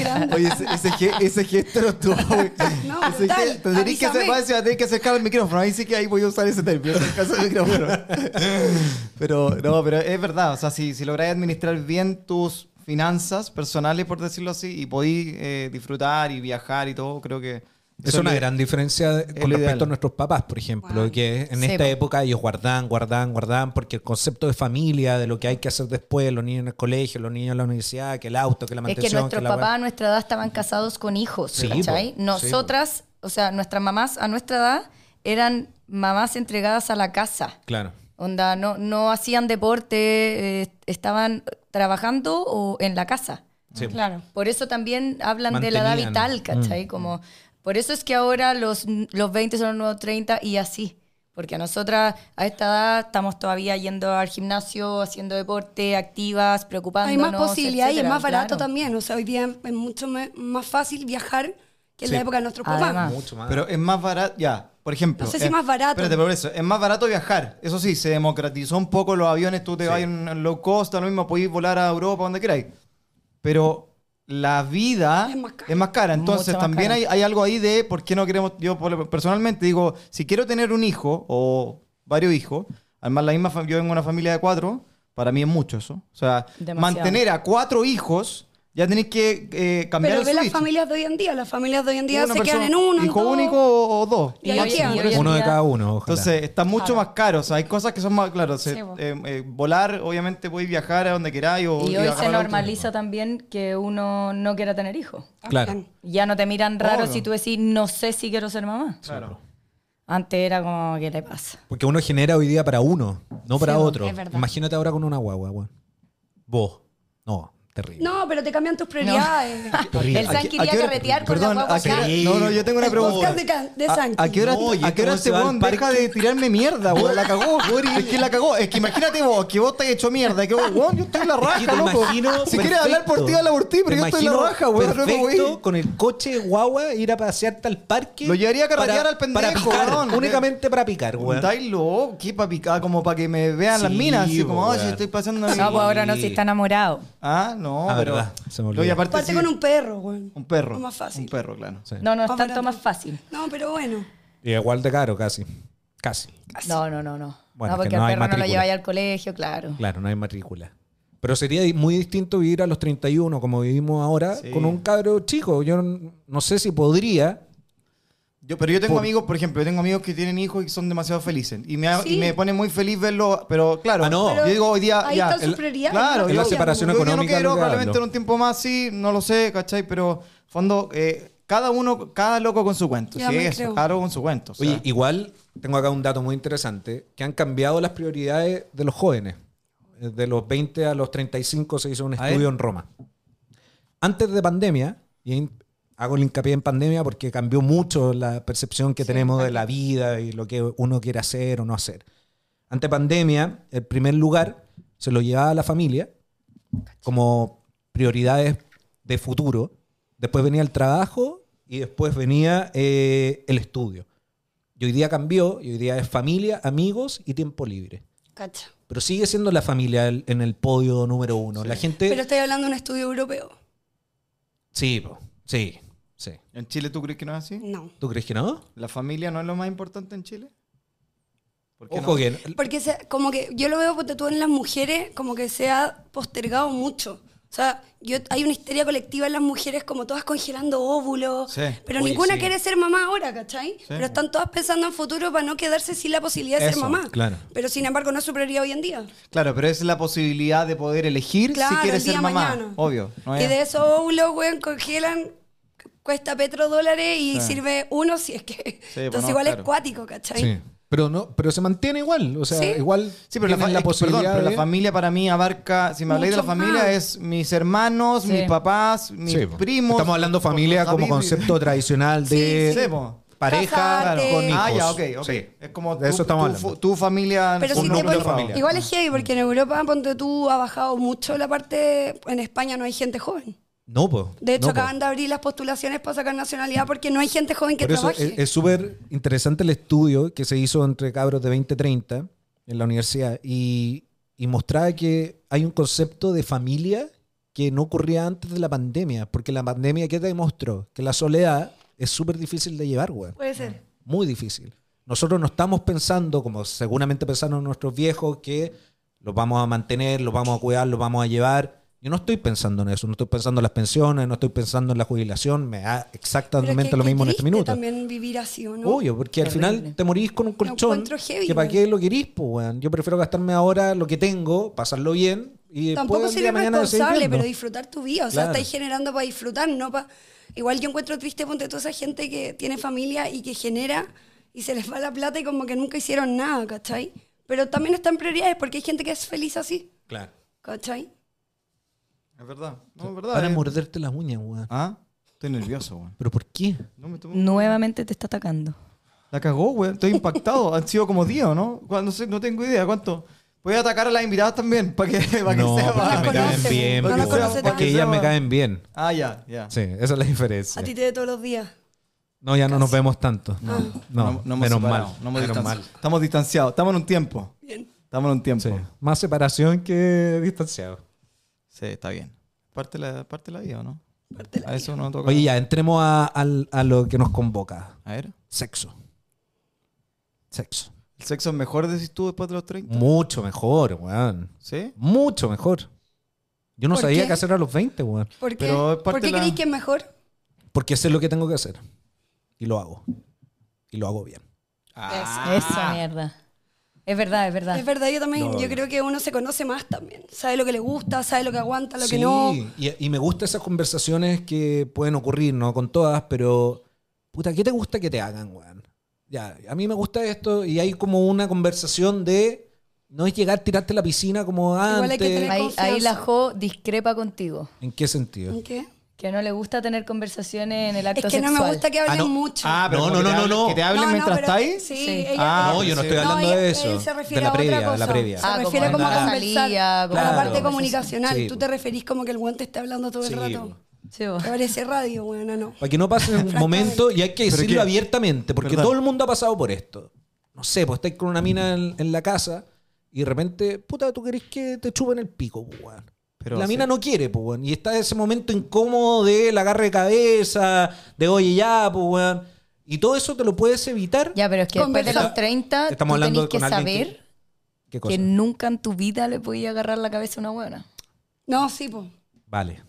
grande.
Oye, ese, ese, ge- ese gesto era tú, güey.
No,
Ese
total,
ge- tendrías que,
avísame.
acer- vas a tener que acercar el micrófono. Ahí sí que ahí voy a usar ese término. Acercarse al micrófono. Pero, no, pero es verdad. O sea, si, si lográis administrar bien tus finanzas personales, por decirlo así, y podéis eh, disfrutar y viajar y todo, creo que...
Es
eso
una
le-
gran diferencia de- con respecto
lo ideal.
a nuestros papás, por ejemplo,
Wow.
que en
Sí,
esta
po.
época ellos guardan, guardan, guardan, porque el concepto de familia, de lo que hay que hacer después, los niños en el colegio, los niños en la universidad, que el auto, que la
Es
mantención,
que nuestros
la wea-
papás a nuestra edad estaban casados con hijos,
Sí,
¿cachai?
po, sí,
Nosotras, o sea, nuestras mamás a nuestra edad eran mamás entregadas a la casa.
Claro.
Onda, no, no hacían deporte, eh, estaban trabajando o en la casa.
Sí.
Claro.
Por eso también hablan de la edad
Mantenían. Mm.
vital, ¿cachai? Como, por eso es que ahora los, los 20 son los nuevos 30 y así. Porque a nosotras a esta edad estamos todavía yendo al gimnasio, haciendo deporte, activas, preocupándonos.
Hay más posibilidades y es
etcétera,
más barato
claro.
también. O sea, hoy día es mucho me- más fácil viajar que en
Sí.
la época de nuestros papás.
Además.
Mucho más.
Pero es más barato, ya, por ejemplo.
No sé si
eh,
más barato.
Espérate, por eso. Es más barato viajar. Eso sí, se democratizó un poco los aviones. Tú te vas en en low cost, a lo mismo podéis volar a Europa, donde queráis. Pero la vida
Es más cara.
cara. Entonces
Mucho más
también
cara.
Hay, hay algo ahí de por qué no queremos. Yo por- personalmente digo, si quiero tener un hijo o varios hijos, además la misma, fam- yo vengo de una familia de cuatro, para mí es mucho eso. O sea,
Demasiado.
mantener a cuatro hijos. Ya tenéis que eh, cambiar
Pero
el
ve las
switch.
familias de hoy en día. Las familias de hoy en día
Una
se quedan
persona-
en uno. en
Hijo
dos.
único o, o dos.
Y ahí
Máximo
queda.
tres.
hoy en
uno de
día-
cada uno, ojalá.
Entonces, está mucho más caro. O sea, hay cosas que son más, claro, se-
Sí, po.
eh, eh, volar, obviamente, podéis viajar a donde queráis. O,
Y
agarrar
hoy
auto.
se normaliza también que uno no quiera tener hijos.
claro.
Ya no te miran raro
Obvio.
si tú decís, no sé si quiero ser mamá.
Claro.
Antes era como, ¿qué le pasa?
Porque uno genera hoy día para uno, no para
Sí,
otro.
es verdad.
Imagínate ahora con una guagua, weón. Vos. No, terrible.
No, pero te cambian tus prioridades.
Terrible.
El San
Aquí-
quería
aquí-
carretear con
perdón,
la guagua
¿a qué hora-
acá.
No, no, yo tengo una
El
pregunta.
podcast de Can- de
¿A-
Santi.
¿A, qué hora,
No, y
a qué hora
cómo
este
se va al
weón deja
parque.
de tirarme mierda, weón? La cagó, weón. Es que la cagó. Es que imagínate vos, que vos te has hecho mierda. Que vos, weón, yo estoy en la raja,
Es que te
loco.
imagino
si quieres hablar por ti,
perfecto.
habla por ti, pero
Te
yo estoy en la
imagino
raja, weón. No me voy.
Perfecto, con el coche guagua, ir a pasearte al parque.
Lo llevaría a carretear
para-
al pendejo,
Para picar,
weón.
únicamente para picar, weón.
Estáis loco, ¿qué para picar? Como para que me vean las
Sí,
minas. Así como,
weón.
"Ay, si estoy pasando.
Ah,
No, pues ahora no,
Sí.
si está enamorado.
Ah, no,
Ah,
pero.
verdad, se me
No, y
olvidó.
aparte,
Aparte
sí,
con un perro, güey.
un perro.
Es más fácil.
Un perro, claro.
Sí.
No, no es
Más
tanto
barato.
más fácil.
No, pero bueno.
Y igual de caro, casi. Casi.
No, no, no, no. no,
Bueno, es
porque
que
el
no hay
perro no lo
matrícula.
lleváis al colegio, claro.
Claro, no hay matrícula. Pero sería di- muy distinto vivir a los 31, como vivimos ahora,
Sí.
con un cabro chico. Yo n- no sé si podría.
Yo, pero yo tengo
Por-
amigos, por ejemplo, yo tengo amigos que tienen hijos y son demasiado felices. Y me, ha- y
Sí.
me pone muy feliz verlo, pero claro,
Ah, no.
yo digo hoy día.
ahí
ya,
están sus
el-
prioridades,
Claro,
¿no?
Es la
yo-
separación
yo hoy día
económica
No
lo
quiero,
que
probablemente
hablo.
en un tiempo más sí, no lo sé, ¿cachai? Pero, fondo, eh, cada uno, cada loco con su cuento.
Ya
sí,
me
eso,
creo.
cada loco con su cuento. o sea.
Oye, igual tengo acá un dato muy interesante, que han cambiado las prioridades de los jóvenes. Eh, De los 20 a los 35 se hizo un
A
estudio
ver.
en Roma. Antes de pandemia, y in- hago el hincapié en pandemia porque cambió mucho la percepción que tenemos de la vida y lo que uno quiere hacer o no hacer. Ante pandemia, el primer lugar se lo llevaba a la familia como prioridades de futuro. Después venía el trabajo y después venía eh, el estudio. Y hoy día cambió, y hoy día es familia, amigos y tiempo libre.
Cacha.
Pero sigue siendo la familia el- en el podio número uno. La gente...
Pero estoy hablando de un estudio europeo.
Sí, po, sí, sí.
¿En Chile tú crees que no es así?
No.
¿Tú crees que no?
¿La familia no es lo más importante en Chile? ¿Por qué
Ojo
no?
que...
Porque se- como que yo lo veo porque tú en las mujeres como que se ha postergado mucho. O sea, yo, hay una histeria colectiva en las mujeres como todas congelando óvulos,
Sí.
pero
Oye,
ninguna
sí.
quiere ser mamá ahora, ¿cachai? Pero están todas pensando en futuro para no quedarse sin la posibilidad de
Eso,
ser mamá.
claro.
Pero sin embargo no es su prioridad hoy en día.
Claro, pero es la posibilidad de poder elegir
Claro,
si quieres
el día
ser mamá.
mañana.
Obvio. No
Y
es-
de esos óvulos, weón, congelan, cuesta petrodólares y sirve uno si es que...
pues
Entonces
no,
igual
claro.
es cuático, ¿cachai?
Sí. Pero, no, pero se mantiene igual. O sea,
Sí.
igual
Sí, pero la, fa-
tienen
es que, perdón, pero la
de-
familia para mí abarca, si me habláis de la
Mucho
familia,
más.
es mis hermanos,
Sí.
mis papás, mis
Sí, po.
primos.
Estamos hablando familia como
Amigos.
concepto tradicional de
Sí, sí, po.
pareja
Casarte.
con hijos.
Ah, ya, ok, ok.
Sí.
Es como
De eso estamos hablando.
fu- tu familia.
Pero
tu
sí te
núcleo
voy-
de familia.
igual es heavy, porque en
Mm.
Europa, ponte tú, ha bajado mucho la parte. En España no hay gente joven.
No, po.
De hecho,
No, po.
acaban de abrir las postulaciones para sacar nacionalidad porque no hay gente joven que
Por eso
trabaje.
es es súper interesante el estudio que se hizo entre cabros de 20 30 en la universidad y, y mostraba que hay un concepto de familia que no ocurría antes de la pandemia. Porque la pandemia, ¿qué te demostró? Que la soledad es súper difícil de llevar, güey.
Puede ser.
muy difícil. Nosotros no estamos pensando, como seguramente pensaron nuestros viejos, que los vamos a mantener, los vamos a cuidar, los vamos a llevar. Yo no estoy pensando en eso, no estoy pensando en las pensiones, no estoy pensando en la jubilación, me da
Pero
exactamente
qué-
lo
qué
mismo en este
triste
minuto.
también vivir así, ¿o no?
Obvio, porque al
Terrible.
final te morís con un colchón.
encuentro heavy,
que para
güey.
qué lo querís, po, weón. Yo prefiero gastarme ahora lo que tengo, pasarlo bien y
Tampoco
después el día
sería
de mañana seguir
responsable,
viendo.
pero disfrutar tu vida. O sea,
Claro.
estáis generando para disfrutar, no para. Igual yo encuentro triste, ponte toda esa gente que tiene familia y que genera y se les va la plata y como que nunca hicieron nada, ¿cachai? Pero también están prioridades porque hay gente que es feliz así,
Claro.
¿cachai?
Es verdad. No, es verdad.
Para
eh.
morderte las uñas, weón.
¿Ah? Estoy nervioso, güey.
¿Pero por qué?
No me tomo-
Nuevamente te está atacando.
La cagó, güey. Estoy impactado. Han sido como 10, ¿o ¿no? Cu- No sé, no tengo idea cuánto. Voy a atacar a las invitadas también, para que, para
No,
que
porque me
sepan.
No las
caen
conoce,
bien,
no
po,
las
weón.
conoce
porque
tanto.
ellas me caen bien.
Ah, ya, ya.
Sí, esa es la diferencia.
A ti te ve todos los días.
No, ya no nos vemos tanto. No,
Ah.
no,
no hemos
menos
separado,
mal.
no hemos
menos
distanciado.
mal.
Estamos distanciados. Estamos en un tiempo.
Bien.
Estamos en un tiempo.
Sí.
Sí,
Más separación que distanciado.
está bien. Parte la, parte la vida, ¿o ¿no?
Parte de la
A eso no toca.
Oye, ya, entremos a, al- a lo que nos convoca.
A ver.
Sexo. Sexo.
¿El sexo es mejor, decís tú, después de los 30?
Mucho mejor, weón.
¿Sí?
Mucho mejor. Yo no
¿Por
sabía
qué?
qué hacer a los 20, weón.
¿Por qué?
Pero es parte
¿Por qué
de la-
creéis que es mejor?
Porque sé lo que tengo que hacer. Y lo hago. Y lo hago bien. Ah.
Esa mierda. Es verdad, es verdad.
Es verdad, yo también,
No,
yo
no.
creo que uno se conoce más también. Sabe lo que le gusta, sabe lo que aguanta, lo que no.
Y, y me gustan esas conversaciones que pueden ocurrir, no con todas, pero. Puta, ¿qué te gusta que te hagan, weón? Ya, a mí me gusta esto y hay como una conversación de. No es llegar, tirarte a la piscina como
Igual hay que
antes.
tener-
Ahí, ahí
confianza.
la Jo discrepa contigo.
¿En qué sentido?
¿En qué?
Que no le gusta tener conversaciones en el acto
Es que no me
sexual.
gusta que hablen
Ah, no.
mucho.
Ah, pero
No,
como
no,
que
no,
te
no,
hable-
no.
Que te hablen
No, no,
mientras
pero-
está ahí.
Sí,
Sí.
ella.
Ah,
No, yo no
sí.
estoy hablando
ella-
de
él
eso.
se refiere
de la
a otra
previa, de la
cosa.
previa.
Se Ah, refiere
como
como
en la
a conversar.
salida, como
a
Claro.
la parte
conversación.
comunicacional.
Sí,
Tú
po.
te referís como que el guante está hablando todo
Sí,
el rato.
Sí, vos.
Te parece radio, bueno, no.
Para que no pase un momento y hay que
Pero
decirlo
que-
abiertamente, porque
¿Verdad?
todo el mundo ha pasado por esto. No sé, pues estáis con una mina en, en la casa y de repente, puta, tú querés que te chupen el pico, pues, weón.
Pero
la
sí.
mina no quiere, pues, weón. Y está ese momento incómodo del agarre de cabeza, de oye ya, pues, weón. Y todo eso te lo puedes evitar.
Ya, pero es que después de
Conversa-
los 30,
Estamos
tú
hablando
tenés que
con alguien que-
saber
¿Qué
que,
cosa?
nunca en tu vida le podías agarrar la cabeza a una buena.
No, sí, po.
Vale,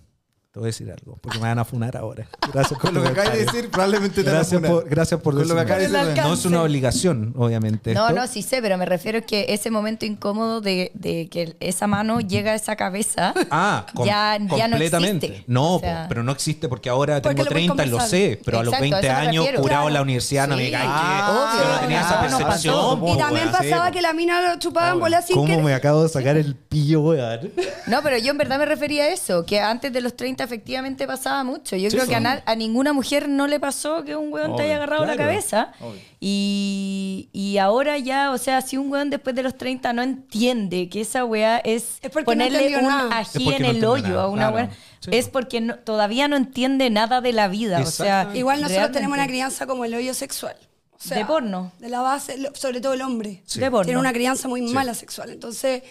te voy a decir algo, porque me van a funar ahora. Gracias por
Con lo que
tu
acabas de
comentario.
decir, probablemente te
Gracias
la funan.
por, gracias por
Con lo que
decirme.
acabas de
Por el
decir.
alcance.
No es una obligación, obviamente.
No,
esto.
no, sí sé, pero me refiero es que ese momento incómodo de, de que esa mano llega a esa cabeza.
Ah, com-
Ya- ya no
completamente.
existe.
No,
O sea-
po, pero no existe porque ahora
Porque
tengo
lo puedes
30, lo
conversar.
sé, pero a los
Exacto, a
20
eso me
años
refiero,
curado
claro.
en la universidad, no
Sí.
me digas
Ah,
que yo no
obvio,
tenía esa
claro, nos pasó.
percepción. po,
Y también
weón.
pasaba
sí, po.
que la mina lo chupaba en bolas sin
¿Cómo
querer.
me acabo de sacar el pillo, weón?
No, pero yo en verdad me refería a eso, que antes de los 30 vuelta efectivamente pasaba mucho. Yo
Sí,
creo que a, na-
pues.
a ninguna mujer no le pasó que un weón te
Obvio,
haya agarrado la
claro,
cabeza.
obvio.
Y, y ahora ya, o sea, si un weón después de los 30 no entiende que esa weá es,
Es porque no
ponerle
entendió
un
nada.
Es
ají
porque
en
no
el
entendió
hoyo
nada,
a una
claro.
weá,
Sí,
es
pues.
porque no- todavía no entiende nada de la vida. O sea,
Exactamente.
Igual nosotros tenemos una
realmente.
crianza como el hoyo sexual. O sea,
De porno.
De la base, lo- sobre todo el hombre.
De porno.
Tiene una crianza muy mala sexual. Entonces,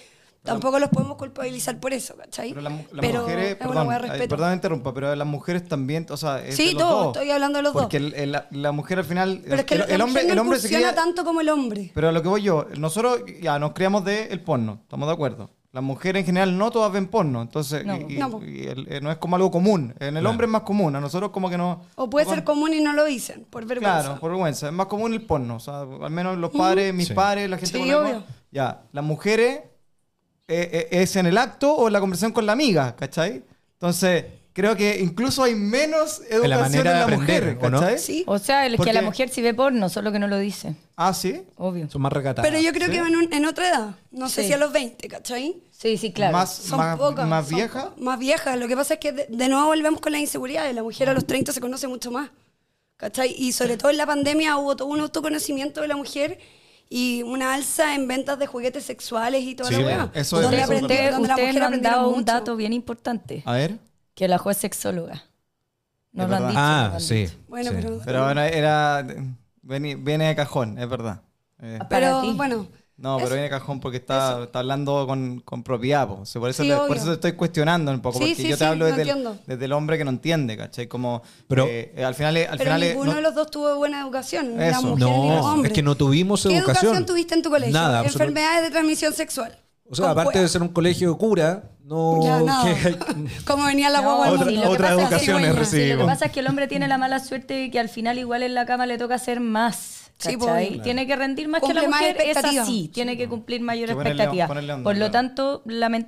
tampoco los podemos culpabilizar por eso, ¿cachai?
Pero las mu- las
Pero eh,
mujeres,
es una
perdón,
hueá de
ay,
respeto.
perdón, interrumpa, pero las mujeres también, o sea, es
Sí,
de los
todo,
dos.
estoy hablando de los dos.
Porque el- el- la, la mujer al final,
pero es que
el,
la
el hombre,
mujer no
el hombre se
incursiona
cría,
tanto como el hombre.
pero a lo que voy yo, nosotros ya nos creamos del porno, estamos de acuerdo. Las mujeres en general no todas ven porno, entonces
No,
y- y-
no, po.
y el- eh, no es como algo común. En el hombre es más común, a nosotros como que no.
O puede
no-
ser común y no lo dicen, por vergüenza. Mm.
Claro, por vergüenza. Es más común el porno. O sea, al menos los padres, mis
Sí.
padres, la gente
Sí,
con la que
obvio.
conozco. Ya, las mujeres eh, eh, es en el acto o en la conversación con la amiga, ¿cachai? Entonces, creo que incluso hay menos educación
la manera
en
de
la
aprender,
mujer,
¿o no?
¿cachai?
Sí.
O sea, el que
Porque-
la mujer sí ve porno, solo que no lo dice,
Ah, sí.
obvio.
Son más recatadas.
Pero yo creo que en, un- en otra edad. No sé
Sí.
si a los 20, ¿cachai?
Sí, sí, claro.
Más,
Son
más,
pocas.
más
son
vieja.
po- más viejas. Lo que pasa es que de, de nuevo volvemos con la inseguridad. La mujer a los 30 se conoce mucho más. ¿Cachai? Y sobre todo en la pandemia hubo todo un autoconocimiento de la mujer y una alza en ventas de juguetes sexuales y toda
Sí,
la weá.
eso es-
donde
Ustedes
eso es
aprendió-
ustedes-
donde la
ustedes
mujer
no han
aprendió
dado un
mucho.
dato bien importante,
A ver.
que la juez sexóloga. No
Es
lo han
verdad.
dicho. no lo
Ah,
han
sí.
dicho.
Bueno,
sí.
pero,
Pero bueno, era. Viene, viene de cajón, es verdad. Eh,
Para
pero
ti.
bueno,
no, pero viene de cajón porque está, está hablando con, con propiedad. po. O sea, por, eso
Sí,
te,
obvio.
por eso te estoy cuestionando un poco.
Sí,
porque
sí,
yo te
sí,
hablo
lo
desde, el,
entiendo.
desde el hombre que no entiende, ¿cachai? Como.
Pero-
eh, eh, al final. es- Al
pero
final es-
ninguno
no-
de los dos tuvo buena educación. ni la
Eso.
mujer ni los
No,
hombres.
es que no tuvimos
¿Qué
educación.
educación tuviste en tu colegio?
Nada, absolutamente.
Enfermedades de transmisión sexual.
O sea,
Con
aparte de
cueva.
ser un colegio de cura, no.
Ya,
Oh,
que-
nada. Como venía la guagua al
No,
Otra-
sí,
mundo.
lo que
otras
pasa es que-
educaciones
sí, Lo que
recibimos.
pasa es que el hombre tiene la mala suerte de que al final igual en la cama le toca hacer más. ¿cachai?
Sí, pues, obvio.
Tiene que rendir más
Cumple
que la
más
mujer, es
expectativas.
así, tiene que cumplir mayor
Que ponerle-
expectativa.
ponerle onda,
Por lo
claro.
tanto,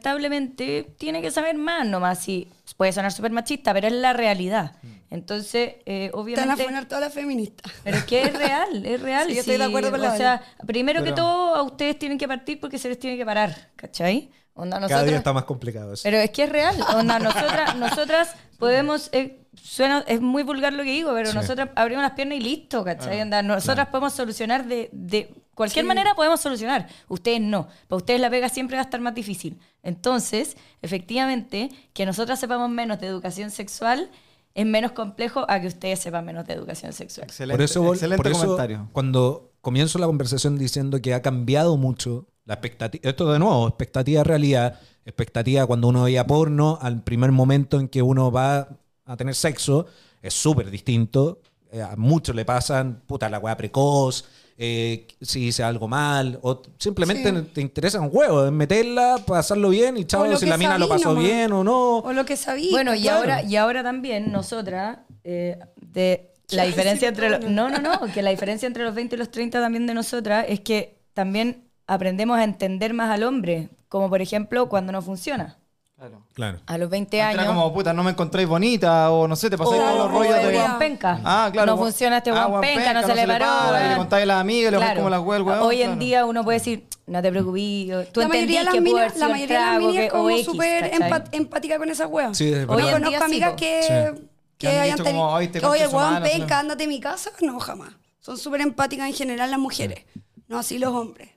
lamentablemente, tiene que saber más nomás. Sí, puede sonar súper machista, pero es la realidad.
Mm.
Entonces, eh,
Te van a
obviamente...
poner todas las feministas.
Pero es que es real, es real.
Sí, yo estoy de acuerdo con la
O
Vale.
sea, primero
Pero-
que todo, a ustedes tienen que partir porque se les tiene que parar, ¿cachai? Onda,
Cada día
nosotros-
está más complicado eso.
pero es que es real. Onda, nosotras, nosotras podemos. eh, suena, es muy vulgar lo que digo, pero
Sí. Ah,
nosotras abrimos las piernas y listo, ¿cachai? Onda, nosotras podemos solucionar de. de Cualquier manera podemos solucionar, ustedes no. Para ustedes la pega siempre va a estar más difícil. Entonces, efectivamente, que nosotras sepamos menos de educación sexual es menos complejo a que ustedes sepan menos de educación sexual.
Excelente,
por eso, vol-
excelente
por eso
comentario.
cuando comienzo la conversación diciendo que ha cambiado mucho la expectativa, esto de nuevo, expectativa realidad, expectativa cuando uno veía porno, al primer momento en que uno va a tener sexo, es súper distinto. Eh, a muchos le pasan, puta, la weá precoz, eh, si hice algo mal, o simplemente
Sí.
te interesa un huevo, es meterla, pasarlo bien y
O
chao,
lo
si
que
la mina lo
sabí
pasó
nomás.
bien o no.
O lo que sabía.
Bueno, y
claro.
ahora y ahora también nosotras eh, de la
Ay,
diferencia
sí,
entre los,
perdona.
no, no, no, que la diferencia entre los 20 y los 30 también de nosotras es que también aprendemos a entender más al hombre, como por ejemplo cuando no funciona.
Claro.
Claro.
A los 20
Antes era
años
como, puta, no me encontráis bonita o no sé, te pasáis
o-
todos los
o
rollos
el
de.
hueón penca.
Ah, claro.
No funciona este
Ah,
hueón
hueón
penca, no se, le paró.
para, y le
weón.
contáis a las amigas, le claro.
Claro.
como la hueá, el hueón,
Hoy en
claro.
día uno puede decir, no te preocupes, o- tú
la mayoría
entendís
de las
que pudo
minas,
haber
la
sido
mayoría de las
trago,
minas es
que-
como
o X,
súper
¿cachai?
empa- empática con esas weas.
Sí, es
Hoy
verdad.
Hoy
conozco
en día
amigas
sí, po.
que,
Sí.
que
Que han
hayan
dicho
tenido.
como, "Ay, te
que, Oye,
concha su
weón,
madre",
penca,
claro.
ándate de mi casa. No, jamás. Son súper empáticas en general las mujeres. No así los hombres.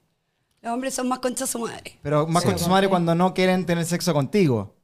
Los hombres son más concha su madre.
Pero más con su madre cuando no quieren tener sexo contigo.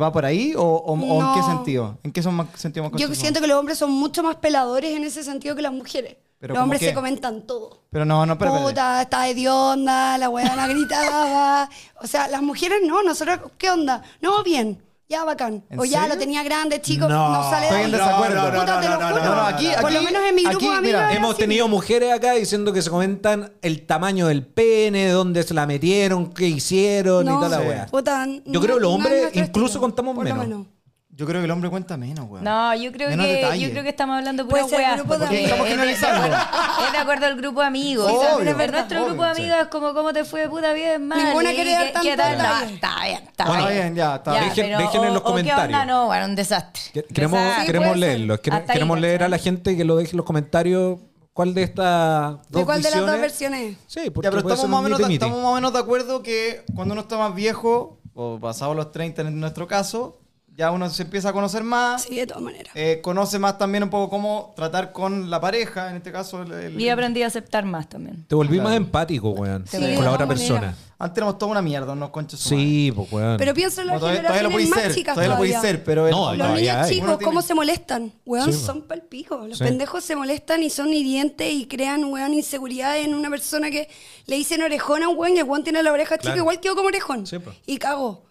¿Va por ahí o, o- o en qué
No.
sentido? ¿En qué son más, sentido más con
Yo
su madre?
siento que los hombres son mucho más peladores en ese sentido que las mujeres.
Pero
los
¿cómo
hombres
qué?
se comentan todo.
Pero no, no, pero.
Puta, está hedionda, la weona gritaba. O sea, las mujeres no, nosotros, ¿qué onda? No, bien, ya bacán.
¿En
O ya
serio?
lo tenía grande, chico,
No.
no, sale de
Estoy en
ahí.
desacuerdo.
Puta,
No,
no,
te
no,
lo
no,
juro.
no, no,
aquí-
Por lo
aquí-
menos en mi grupo
aquí,
de amigos.
mira,
era
Hemos
así.
tenido mujeres acá diciendo que se comentan el tamaño del pene, dónde se la metieron, qué hicieron y
No,
toda la
sí.
wea.
puta,
Yo
no-
creo que los
no es
hombres
nuestro
incluso
estilo,
contamos
por lo
menos.
Yo creo que el hombre cuenta menos, weón.
No, yo creo,
Menos
que,
detalle.
yo creo que estamos hablando pura
Puede ser el
weá.
grupo de
porque
amigos. Estamos
es de- es de
generalizando.
acuerdo- Es de acuerdo al grupo de amigos.
Sí, también es
en
verdad,
nuestro
obvio,
grupo de amigos es como cómo te fue puta bien, mal.
Ninguna
y
quiere dar
qué-
tanto
qué tal? No,
detalle.
Está bien, está
Bueno,
bien.
bien, ya, está.
Dejen-
pero,
dejen en
o-
los
o qué onda,
comentarios.
no, bueno, un desastre.
Que- Queremos,
Desastre.
Sí,
queremos
puede ser.
leerlos. quere-
Hasta ahí,
queremos leer a
¿cachai?
la gente que lo deje en los comentarios cuál de estas dos
¿De cuál de las dos
visiones-
versiones?
Sí, porque
Ya, pero
puede
estamos
ser
más, o
un
menos,
miti-miti.
estamos más o menos de acuerdo que cuando uno está más viejo, o pasado los 30 en nuestro caso, ya uno se empieza a conocer más,
Sí, de todas maneras.
eh, conoce más también un poco cómo tratar con la pareja, en este caso. el- el-
Y aprendí a aceptar más también.
Te volví más empático, weón,
Sí,
de
con la
todas
otra
maneras.
persona.
Antes éramos toda una mierda, unos conchos. su madre.
Sí, pues, weón.
Pero pienso en
Como
las
todavía, todavía lo
generaciones
podéis
más
ser,
chicas
todavía lo podéis
todavía.
ser,
No,
pero...
Los
todavía
niños
hay.
Uno
chicos,
tiene-
¿cómo se molestan? Weón,
Sí, po.
son palpicos. Los
Sí.
pendejos se molestan y son hirientes y crean, weón, inseguridad en una persona que le dicen orejón a un weón y el weón tiene la oreja
Claro.
chica, igual quedó como orejón.
Sí, po. Ah.
y cago.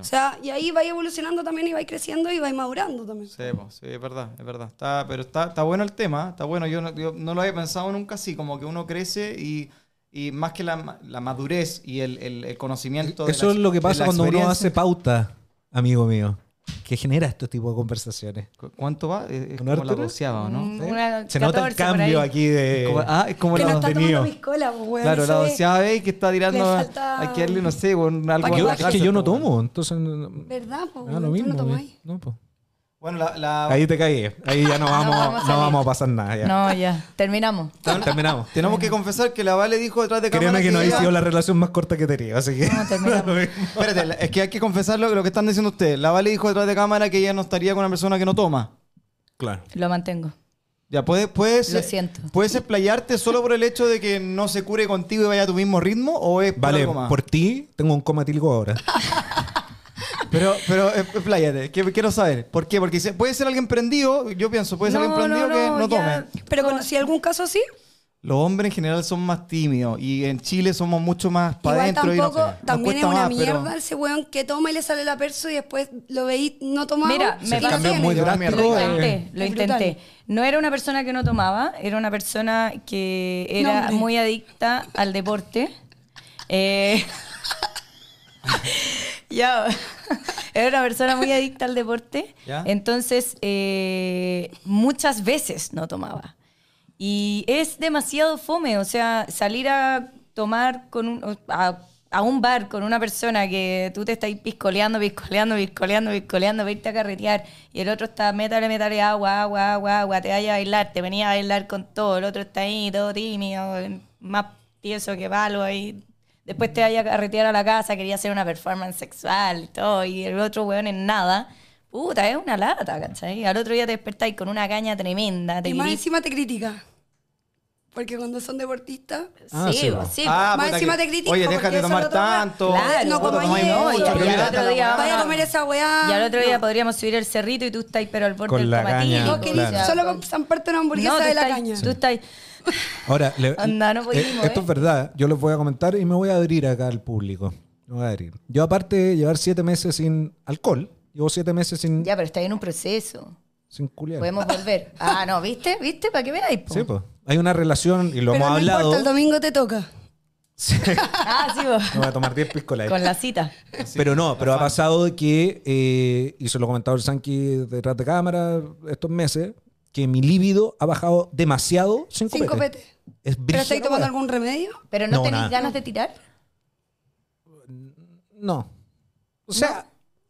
O sea, y ahí vais evolucionando también y vais creciendo y vais madurando también.
Sí, po, sí, es verdad, es verdad. Está, pero está, está bueno el tema, está bueno. Yo no, yo no lo había pensado nunca así, como que uno crece y, y más que la, ma- la madurez y el, el- el conocimiento. de
Eso
la-
es lo que
de la
pasa cuando uno
experiencia.
hace pauta, amigo mío. Que genera este tipo de conversaciones.
¿Cu- ¿Cuánto va? Es, es
¿Un
como la
Arturo?
doceava, ¿o ¿no? Eh,
Mm, una
Se nota el
14 por
cambio
ahí.
aquí de.
Como- ah, es como
que
la
no está tomando
contenido.
mis colas, weón.
Claro,
eso
la
es.
doceava vez que está tirando.
Le falta-
Hay que darle, no sé, un, algo
Yo-
a la
es que
cárcel,
yo no
po, weón.
tomo, entonces. no- no-
¿Verdad? po,
Ah,
weón?
lo
Tú
mismo.
no tomáis.
vi. No, pues. po.
Bueno, la. la-
Ah, Ahí te caí. Ahí ya no vamos, no
vamos a
vamos,
salir.
a pasar nada. Ya.
No, ya, terminamos.
Ter- Terminamos.
Tenemos que confesar que la Vale dijo detrás de cámara.
Créeme que no ha
ella-
sido la relación más corta que he tenido, así que.
No, terminamos.
Espérate, la- es que hay que confesar lo, lo que están diciendo ustedes. La Vale dijo detrás de cámara que ella no estaría con una persona que no toma.
claro.
Lo mantengo.
Ya puedes, puedes,
Lo siento.
puedes explayarte solo por el hecho de que no se cure contigo y vaya a tu mismo ritmo o es por
Vale,
algo más?
por ti tengo un coma etílico ahora.
pero, pero eh, expláyate, que- quiero saber. ¿Por qué? Porque se- puede ser alguien prendido, yo pienso, puede ser
No,
alguien prendido
no,
que
no,
no
ya.
tome.
Pero conocí algún caso así.
Los hombres en general son más tímidos y en Chile somos mucho más para
Igual
adentro.
tampoco,
y no, nos
también es
cuesta
una
más, pero-
mierda ese weón que toma y le sale la perso y después lo veí no tomado.
Mira,
y
me
lo
pasó-
tiene.
muy
Yo la
drástico,
Lo
mierda.
intenté, lo
Es brutal.
intenté. No era una persona que no tomaba, era una persona que era
Nombre.
muy adicta al deporte. Eh, ya, era una persona muy adicta al deporte.
Ya.
Entonces, eh, muchas veces no tomaba. Y es demasiado fome, o sea, salir a tomar con un, a, a un bar con una persona que tú te estás piscoleando, piscoleando, piscoleando, piscoleando, para irte a carretear y el otro está, métale, métale agua, agua, agua, agua, te vaya a bailar, te venía a bailar con todo, el otro está ahí todo tímido, más tieso que palo ahí. Después te vaya a carretear a la casa, quería hacer una performance sexual y todo, y el otro weón en nada. Puta, es una lata, ¿cachai? Al otro día te despertáis con una caña tremenda, te
Y más
querís
encima te critica. Porque cuando son deportistas.
Ah,
sí,
sí,
sí,
po.
sí,
Ah,
más
puta,
encima
que-
te critico
Oye,
porque
déjate
eso
tomar
lo tomas-
tanto.
Claro,
no
puta,
comáis
tomáis
eso,
mucho,
y al
pero
otro
quédate
día
la weá.
vamos
Vaya a comer esa weá.
po. y al otro día
No,
podríamos subir el cerrito y tú estás ahí, pero al borde
Con
del
la
tomatillo.
caña,
no, que ni-
claro.
solo con San Parto una hamburguesa
No, tú
de la
estás-
caña.
Tú estás ahí.
Ahora, le-
Anda, no pudimos,
eh, esto
¿eh?
es verdad. Yo les voy a comentar y me voy a abrir acá al público. Me voy a abrir. Yo, aparte de llevar siete meses sin alcohol, llevo siete meses sin,
Ya, pero está en un proceso.
sin culiar.
Podemos volver. Ah, no, ¿viste? ¿Viste? ¿Para qué veáis? po?
Sí, pues. Hay una relación y lo
Pero
hemos
no
hablado.
importa, el domingo te toca.
Sí.
Ah, sí,
Me
po.
voy a tomar 10 piscolas.
con la cita.
pero no, pero ha pasado de que, eh, y se lo he comentado el Sanki detrás de cámara estos meses, que mi líbido ha bajado demasiado sin copete.
Sin copete.
Es
¿Pero
brígida
estáis
la
tomando
weá.
algún remedio?
Pero no,
No,
tenéis
nada.
ganas de tirar.
No. O sea,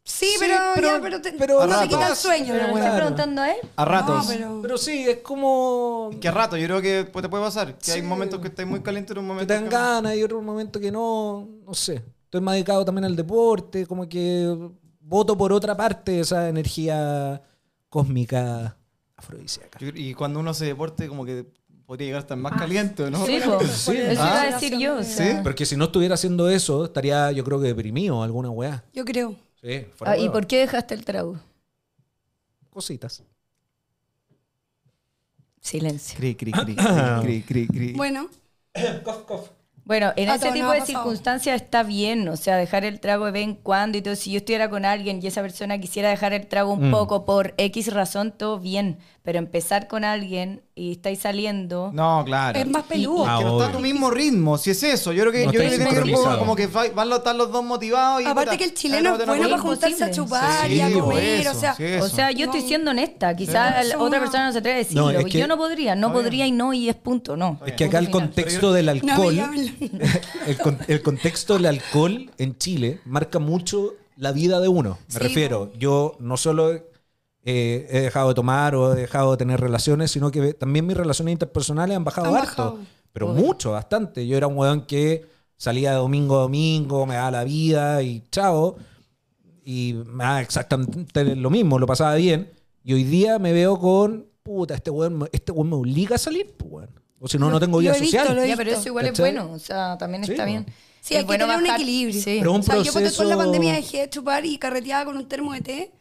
Sí,
Sí,
pero,
pero-
ya, pero, te-
pero
no te
ratos.
quita el sueño.
Pero
la
le
weá.
estoy preguntando a él.
A ratos.
No, Ah, pero-
pero sí, es como...
¿Qué rato? Yo creo que pues, te puede pasar. Que hay
Sí.
momentos que estáis muy caliente y un
que
momento.
te dan ganas y otro momento que no, no sé. Estoy más dedicado también al deporte, como que voto por otra parte esa energía cósmica afrodisíaca.
Yo- Y cuando uno hace deporte, como que podría llegar a estar más caliente, ¿no?
Sí, po. Eso
Sí.
iba a
Ah.
decir yo. o
Sí,
sea.
Porque si no estuviera haciendo eso, estaría yo creo que deprimido, alguna weá.
Yo creo.
Sí, fuera
Ah, ¿Y
huevo.
por qué dejaste el trago?
Cositas.
Silencio.
Cri, cri, cri, cri, cri, cri, cri.
Bueno,
Bueno, en
Ah,
ese
todo,
tipo
no,
de
ha pasado.
circunstancias está bien, o sea, dejar el trago de vez en cuando y todo. Si yo estuviera con alguien y esa persona quisiera dejar el trago
Mm.
un poco por X razón, todo bien. Pero empezar con alguien y estáis saliendo.
No, claro.
es más peludo.
Ah,
que no está a
obvio.
tu mismo ritmo, si es eso. Yo creo que,
No
yo creo que
estáis
tiene que ser un poco
sincronizados.
como que va- van a estar los dos motivados. Y
Aparte
puta,
que el chileno
ahí no
es
te
bueno para
enamorás.
juntarse a
imposible.
chupar y a
Sí, po,
comer,
eso,
o sea,
sí,
O
eso.
sea, yo estoy
No.
siendo honesta. Quizás
Sí.
la otra persona no se atreve a decirlo.
No, es que-
yo no podría, no podría y no, y es punto, no.
Es que acá el contexto del
No me
alcohol,
llamen.
el, con- el contexto del alcohol en Chile marca mucho la vida de uno. Me
Sí,
refiero, yo no solo eh, he dejado de tomar o he dejado de tener relaciones, sino que también mis relaciones interpersonales han bajado
Han
harto.
bajado.
Pero mucho, bastante. Yo era un weón que salía de domingo a domingo, me daba la vida y chao. y me da exactamente lo mismo, lo pasaba bien. Y hoy día me veo con, puta, este weón, me- este weón me obliga a salir, pues, weón. O si no, no tengo
lo
vida
he visto,
social.
lo he
Ya, pero
visto,
eso igual es
¿cachai?
bueno, o sea, también
Sí,
está
po.
bien.
Sí,
Es
hay que
bueno
tener un
bajar-
equilibrio.
sí.
Pero un
O sea, yo ponte tú en la
proceso-
pandemia dejé de chupar y carreteaba con un termo de té.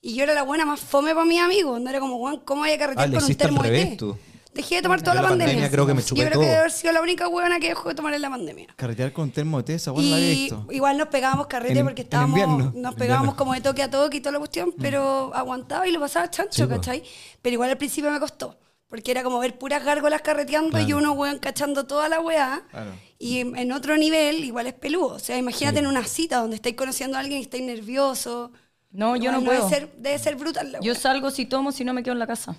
Y yo era la buena más fome para mis amigos. No era como, Juan, ¿cómo voy a
Ah,
carretear
le
con un
hiciste al
termo de
revés,
té?
tú.
Dejé de tomar toda
Yo
la,
la
pandemia.
pandemia creo que me
yo
chupé
creo
todo.
que debe haber sido la única huevona que dejó de tomar en la pandemia.
Carretear con un termo de té, esa weá no la había
Y
visto.
igual nos pegábamos carrete
En-
porque
en
estábamos,
invierno.
nos pegábamos como de toque a toque y toda la cuestión, pero aguantaba y lo pasaba chancho,
Mm. Sí, po.
¿cachai? Pero igual al principio me costó, porque era como ver puras gárgolas carreteando y
Claro.
uno, weón, cachando toda la weá.
Claro.
Y en, en otro nivel, igual es peludo. O sea, imagínate en una cita donde estáis conociendo a alguien y estáis nervioso.
No, yo
Igual
no puedo.
Debe ser, debe ser brutal la
Yo
weá.
salgo si tomo, si no me quedo en la casa.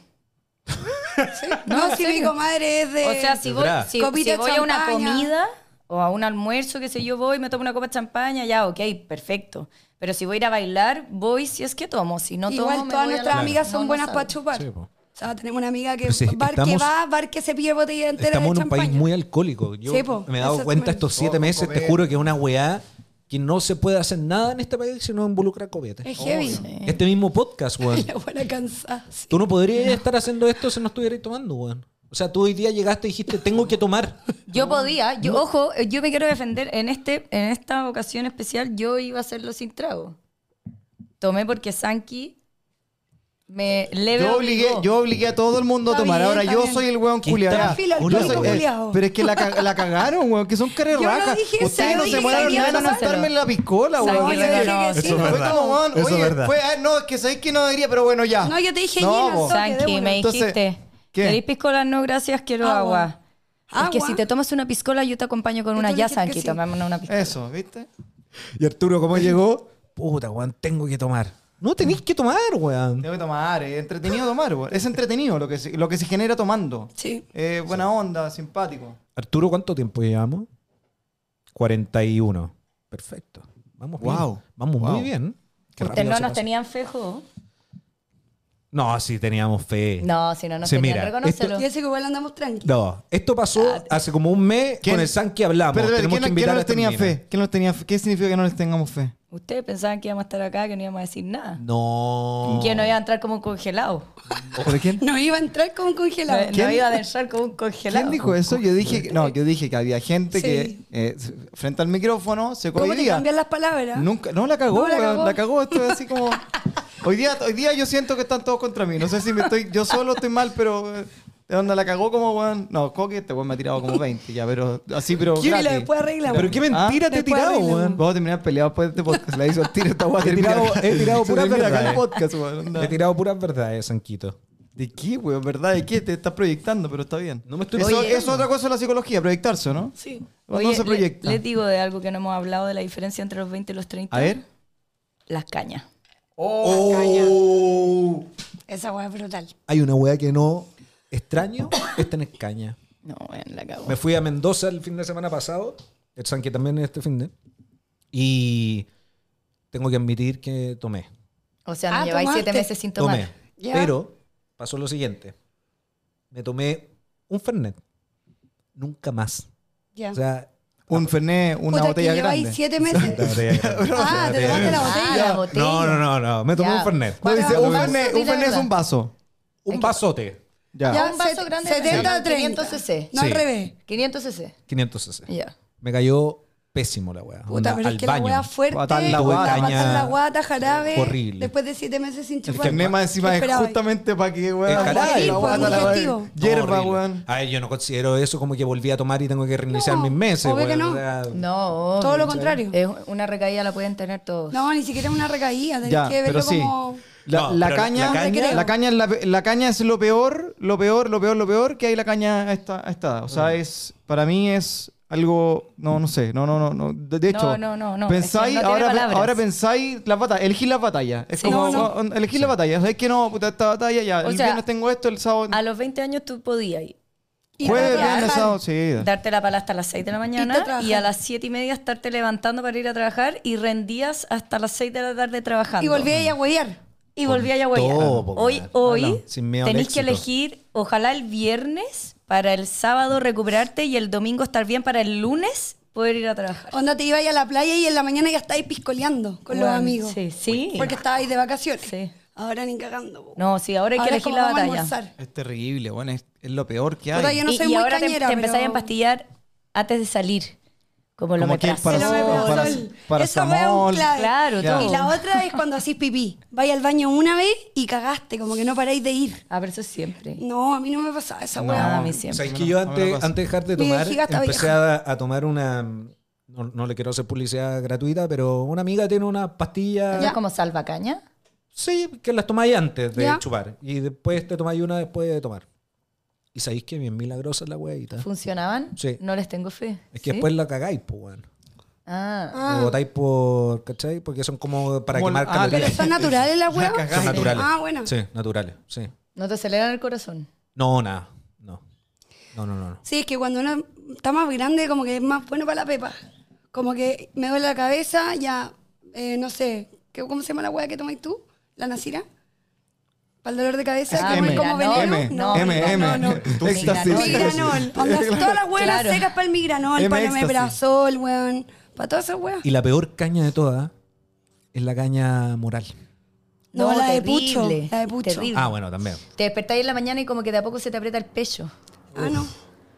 No,
No, en
si mi
serio.
comadre es de...
O sea, si
Es
voy,
verdad.
si-
Copita
si
de
voy a una
champaña.
comida o a un almuerzo, que sé yo, voy, me tomo una copa de champaña, ya, ok, perfecto. Pero si voy a ir a bailar, voy si es que tomo. Si no tomo,
igual
me
todas
voy a la
nuestras
casa.
amigas
No,
son
no
buenas
salgo.
para chupar.
Sí, po.
o sea, tenemos una amiga que
Pero si
bar que
estamos-
va, bar que se pide botella entera
Estamos
de
en un país
champaña.
muy alcohólico. Yo
Sí, po,
me he
eso
dado cuenta
también.
estos siete
Oh,
meses, te
comer.
juro que es una weá que no se puede hacer nada en este país si no involucra copete.
Es heavy.
Este mismo podcast, weón.
La buena cansada. sí.
Tú no podrías estar haciendo esto si no estuvieras tomando, weón. O sea, tú hoy día llegaste y dijiste, tengo que tomar.
Yo podía, yo, ojo, eh, yo me quiero defender. En, este, en esta ocasión especial, yo iba a hacerlo sin trago. Tomé porque Sanki me leve
Yo obligué,
obligó.
yo obligué a todo el mundo a
Está
tomar.
bien,
Ahora
está
yo
bien.
soy el weón
Qué
culiado.
está
Perfil
Yo soy-
alcohólico
eh,
culiao.
Pero es que la, ca- la cagaron, weón, que son caras
Yo no
rajas.
dije eso,
Ustedes
yo
no
dije
se mueran
que
nada
no,
en
no,
saltarme
no.
en la piscola,
Sanki
weón.
No,
le
yo dije
ganó.
que sí.
Eso es
Fue
verdad.
como, weón,
Eso es
oye,
verdad.
fue, ah, no, es que sabéis que no debería, pero bueno, ya.
No, yo te dije
No,
Gina,
po.
soque, de
Sanki,
una.
me
Entonces,
dijiste,
¿qué?
¿queréis piscola? No, gracias, quiero agua.
Agua.
Es que
Agua.
si te tomas una piscola, yo te acompaño con
Y
una
tú
ya,
dijiste que
Sanki,
sí.
tomémonos una piscola.
Eso, ¿viste?
Y Arturo, ¿cómo llegó? Mm. Puta, weón, tengo que tomar. No tenéis que tomar, weón.
Tengo que tomar, es entretenido tomar, weón. Es entretenido lo que se, lo que se genera tomando.
Sí.
Eh, buena onda, simpático.
Arturo, ¿cuánto tiempo llevamos? 41. Perfecto. Vamos
Wow.
bien. Vamos
Wow.
muy bien. Qué
Ustedes
rápido
no
se
nos
pasó.
tenían fejo.
No, sí teníamos fe.
No, si no nos
Sí,
tenían,
mira,
reconócelo.
Y así que igual andamos tranquilos.
No, esto pasó hace como un mes
¿Quién?
con el San que hablamos.
Pero,
Ah,
pero,
Tenemos
¿quién,
que
no-
invitar
quién no
a
les tenía
Termina.
fe? ¿Quién no les tenía fe? ¿Qué significa que no les tengamos fe?
Ustedes pensaban que íbamos a estar acá, que no íbamos a decir nada.
No.
Que no iba a entrar como un congelado.
¿Por quién?
No iba a entrar como un
No,
congelado.
no iba a entrar como un congelado.
¿Quién dijo eso? Yo dije que, no, yo dije que había gente
Sí.
que eh, frente al micrófono se
¿Cómo te
cohibía.
cambian las palabras?
Nunca, no la cagó,
No, la
weón,
cagó.
la cagó, estoy así como hoy día hoy día yo siento que están todos contra mí, no sé si me estoy yo solo estoy mal, pero eh, de onda la cagó como weón. No, Coque, este weón me ha tirado como 20 ya, pero así pero
Y
gratis.
la después arreglamos.
Pero qué mentira te he
Después
tirado,
arreglamos.
weón.
Vamos a terminar peleados después de este podcast. La hizo el tiro esta weá.
He tirado-
termina acá.
he tirado
Se
puras
termina acá eh. el
verdades.
podcast, weón, onda.
He tirado puras verdades, Sanquito.
¿De qué, weón? ¿Verdad? ¿De qué? Te estás proyectando, pero está bien.
No me estoy
eso,
proyectando.
eso es otra cosa de la psicología, proyectarse, ¿no?
Sí.
Cuando
Oye,
no se
le-
proyecta.
les digo de algo que no hemos hablado, de la diferencia entre los 20 y los 30.
A ver.
Las cañas.
Oh.
Esa weá es brutal.
Hay una weá que no extraño, es tener caña.
No, en la cago.
Me fui a Mendoza el fin de semana pasado, el Sanqui también este fin de. Y tengo que admitir que tomé.
O sea, no
Ah,
lleváis siete
tomaste.
meses sin tomar.
Tomé.
Ya.
Pero pasó lo siguiente. Me tomé un Fernet. Nunca más.
Ya.
O sea,
Un Fernet, una
Puta,
botella
que
grande.
lleváis siete meses. ah, te tomaste la
Ah,
botella.
la
pues.
botella.
No, no, no, no. Me tomé
Ya.
un Fernet.
No, dice, un
Un vaso, di
Fernet, un
la
Fernet es
verdad.
un vaso.
Un vasote.
Ya.
Ya, un vaso
set-
grande de
70
Fernet.
30.
500 cc.
No al
Sí.
revés.
500 cc.
500 cc.
Ya.
Me cayó pésimo la weá.
Puta,
Onda,
pero
al
es que
baño.
la weá fuerte.
Fatal la
puta,
guata.
fatal la guata, jarabe.
Horrible.
Después de siete meses sin
El
chupar.
Fernet más encima
¿Qué
es
esperabais?
justamente para que, weón.
Es jarabe,
la
po,
guata,
muy
la weá.
digestivo.
No,
Hierba,
horrible.
weón.
A ver, yo no considero eso como que volví a tomar y tengo que reiniciar mis meses.
obvio que
weón.
no.
O sea,
No,
Todo lo
obvio.
contrario.
Es una recaída la pueden tener todos.
No, ni siquiera es una recaída. Tenés
Ya,
que verlo
pero sí.
como.
La,
No,
la
pero
caña,
la
la
caña-
caña, es la, pe- la caña es lo peor, lo peor, lo peor, lo peor que hay la caña a esta, a esta edad. O
Mm.
sea, es para mí es algo no no sé, no no no no. De, de
No,
hecho,
no, no, no.
pensáis
Es que no tiene
ahora,
palabras.
ahora pensáis las batallas, elegís las batallas. Es
Sí.
como
No,
oh, elegir las batallas. Sabéis que no, puta, esta batalla ya,
O
el
sea,
viernes tengo esto, el sábado
A los 20 años tú podías
y
jueves,
trabajar.
viernes, sábado, sí.
darte la pala hasta las 6 de la
Irte
mañana
a trabajar.
y a las 7 y media estarte levantando para ir a trabajar y rendías hasta las 6 de la tarde trabajando.
Y volví ahí a huear.
Y volví a Yaguayá.
todo, po,
Hoy,
madre.
hoy
Habla, sin miedo al
tenéis que
éxito.
elegir, ojalá el viernes para el sábado recuperarte y el domingo estar bien para el lunes poder ir a trabajar.
Onda, te iba a la playa y en la mañana ya estáis piscoleando con los
Bueno,
amigos.
Sí, sí.
Porque estabais de vacaciones.
Sí.
Ahora ni cagando. po.
No, sí, ahora hay que
Ahora
elegir
es como
la
vamos a
batalla.
almorzar.
Es terrible, bueno, es, es lo peor que
Puta,
hay.
yo no
y,
soy
y
muy
ahora te-
cañera,
te,
pero-
empezás a empastillar antes de salir. Como lo
Como que
metas.
para-
Pero me veo
para-
sol.
para
Esa wea es un
Samol.
clave.
Claro,
Ya.
todo.
Y la otra es cuando hacís pipí. Vais al baño una vez y cagaste, como que no paráis de ir.
Ah, pero eso siempre.
No, a mí no me pasaba esa
No.
weá.
Ah, a mí
O
siempre.
sea, es
No,
que yo
no me lo
antes,
paso.
antes de dejar de
Mi
tomar,
vejiga está
empecé
vieja.
a, a tomar una. No, no le quiero hacer publicidad gratuita, pero una amiga tiene una pastilla.
¿No es como salvacaña?
Sí, que las tomáis antes de
Ya.
chupar. Y después te tomáis una después de tomar. Y sabéis que bien milagrosa es la huevita.
¿Funcionaban?
Sí.
No les tengo fe.
Es que
¿Sí?
después la cagáis, pues, weón.
Ah,
Ah.
Lo botáis por. ¿Cachai? Porque son como para
Como el-
quemar
ah,
Pero
calorías.
son naturales las
La
weas.
cagada.
Son naturales.
Ah, bueno.
Sí, naturales. Sí.
no te aceleran el corazón.
No, nada. No. No, no, no. no.
Sí, es que cuando uno está más grande, como que es más bueno para la pepa. Como que me duele la cabeza, ya, eh, no sé, ¿qué- ¿cómo se llama la hueá que tomáis tú? ¿La nacira? ¿Para el dolor de cabeza?
Ah,
que tomáis como
mira, no,
veneno?
M,
no,
M,
no, no,
M.
no.
Éxtasis.
Tú, Migranol.
Migranol. Onda, todas las hueas
Claro.
secas para el migranol,
M
para el
éxtasis.
omeprazol, weón. Para todas esas weas.
Y la peor caña de todas es la caña moral.
No, la de
terrible,
pucho. La de pucho.
terrible.
Ah, bueno, también.
Te despertáis en la mañana y como que de a poco se te aprieta el pecho.
Ah, no.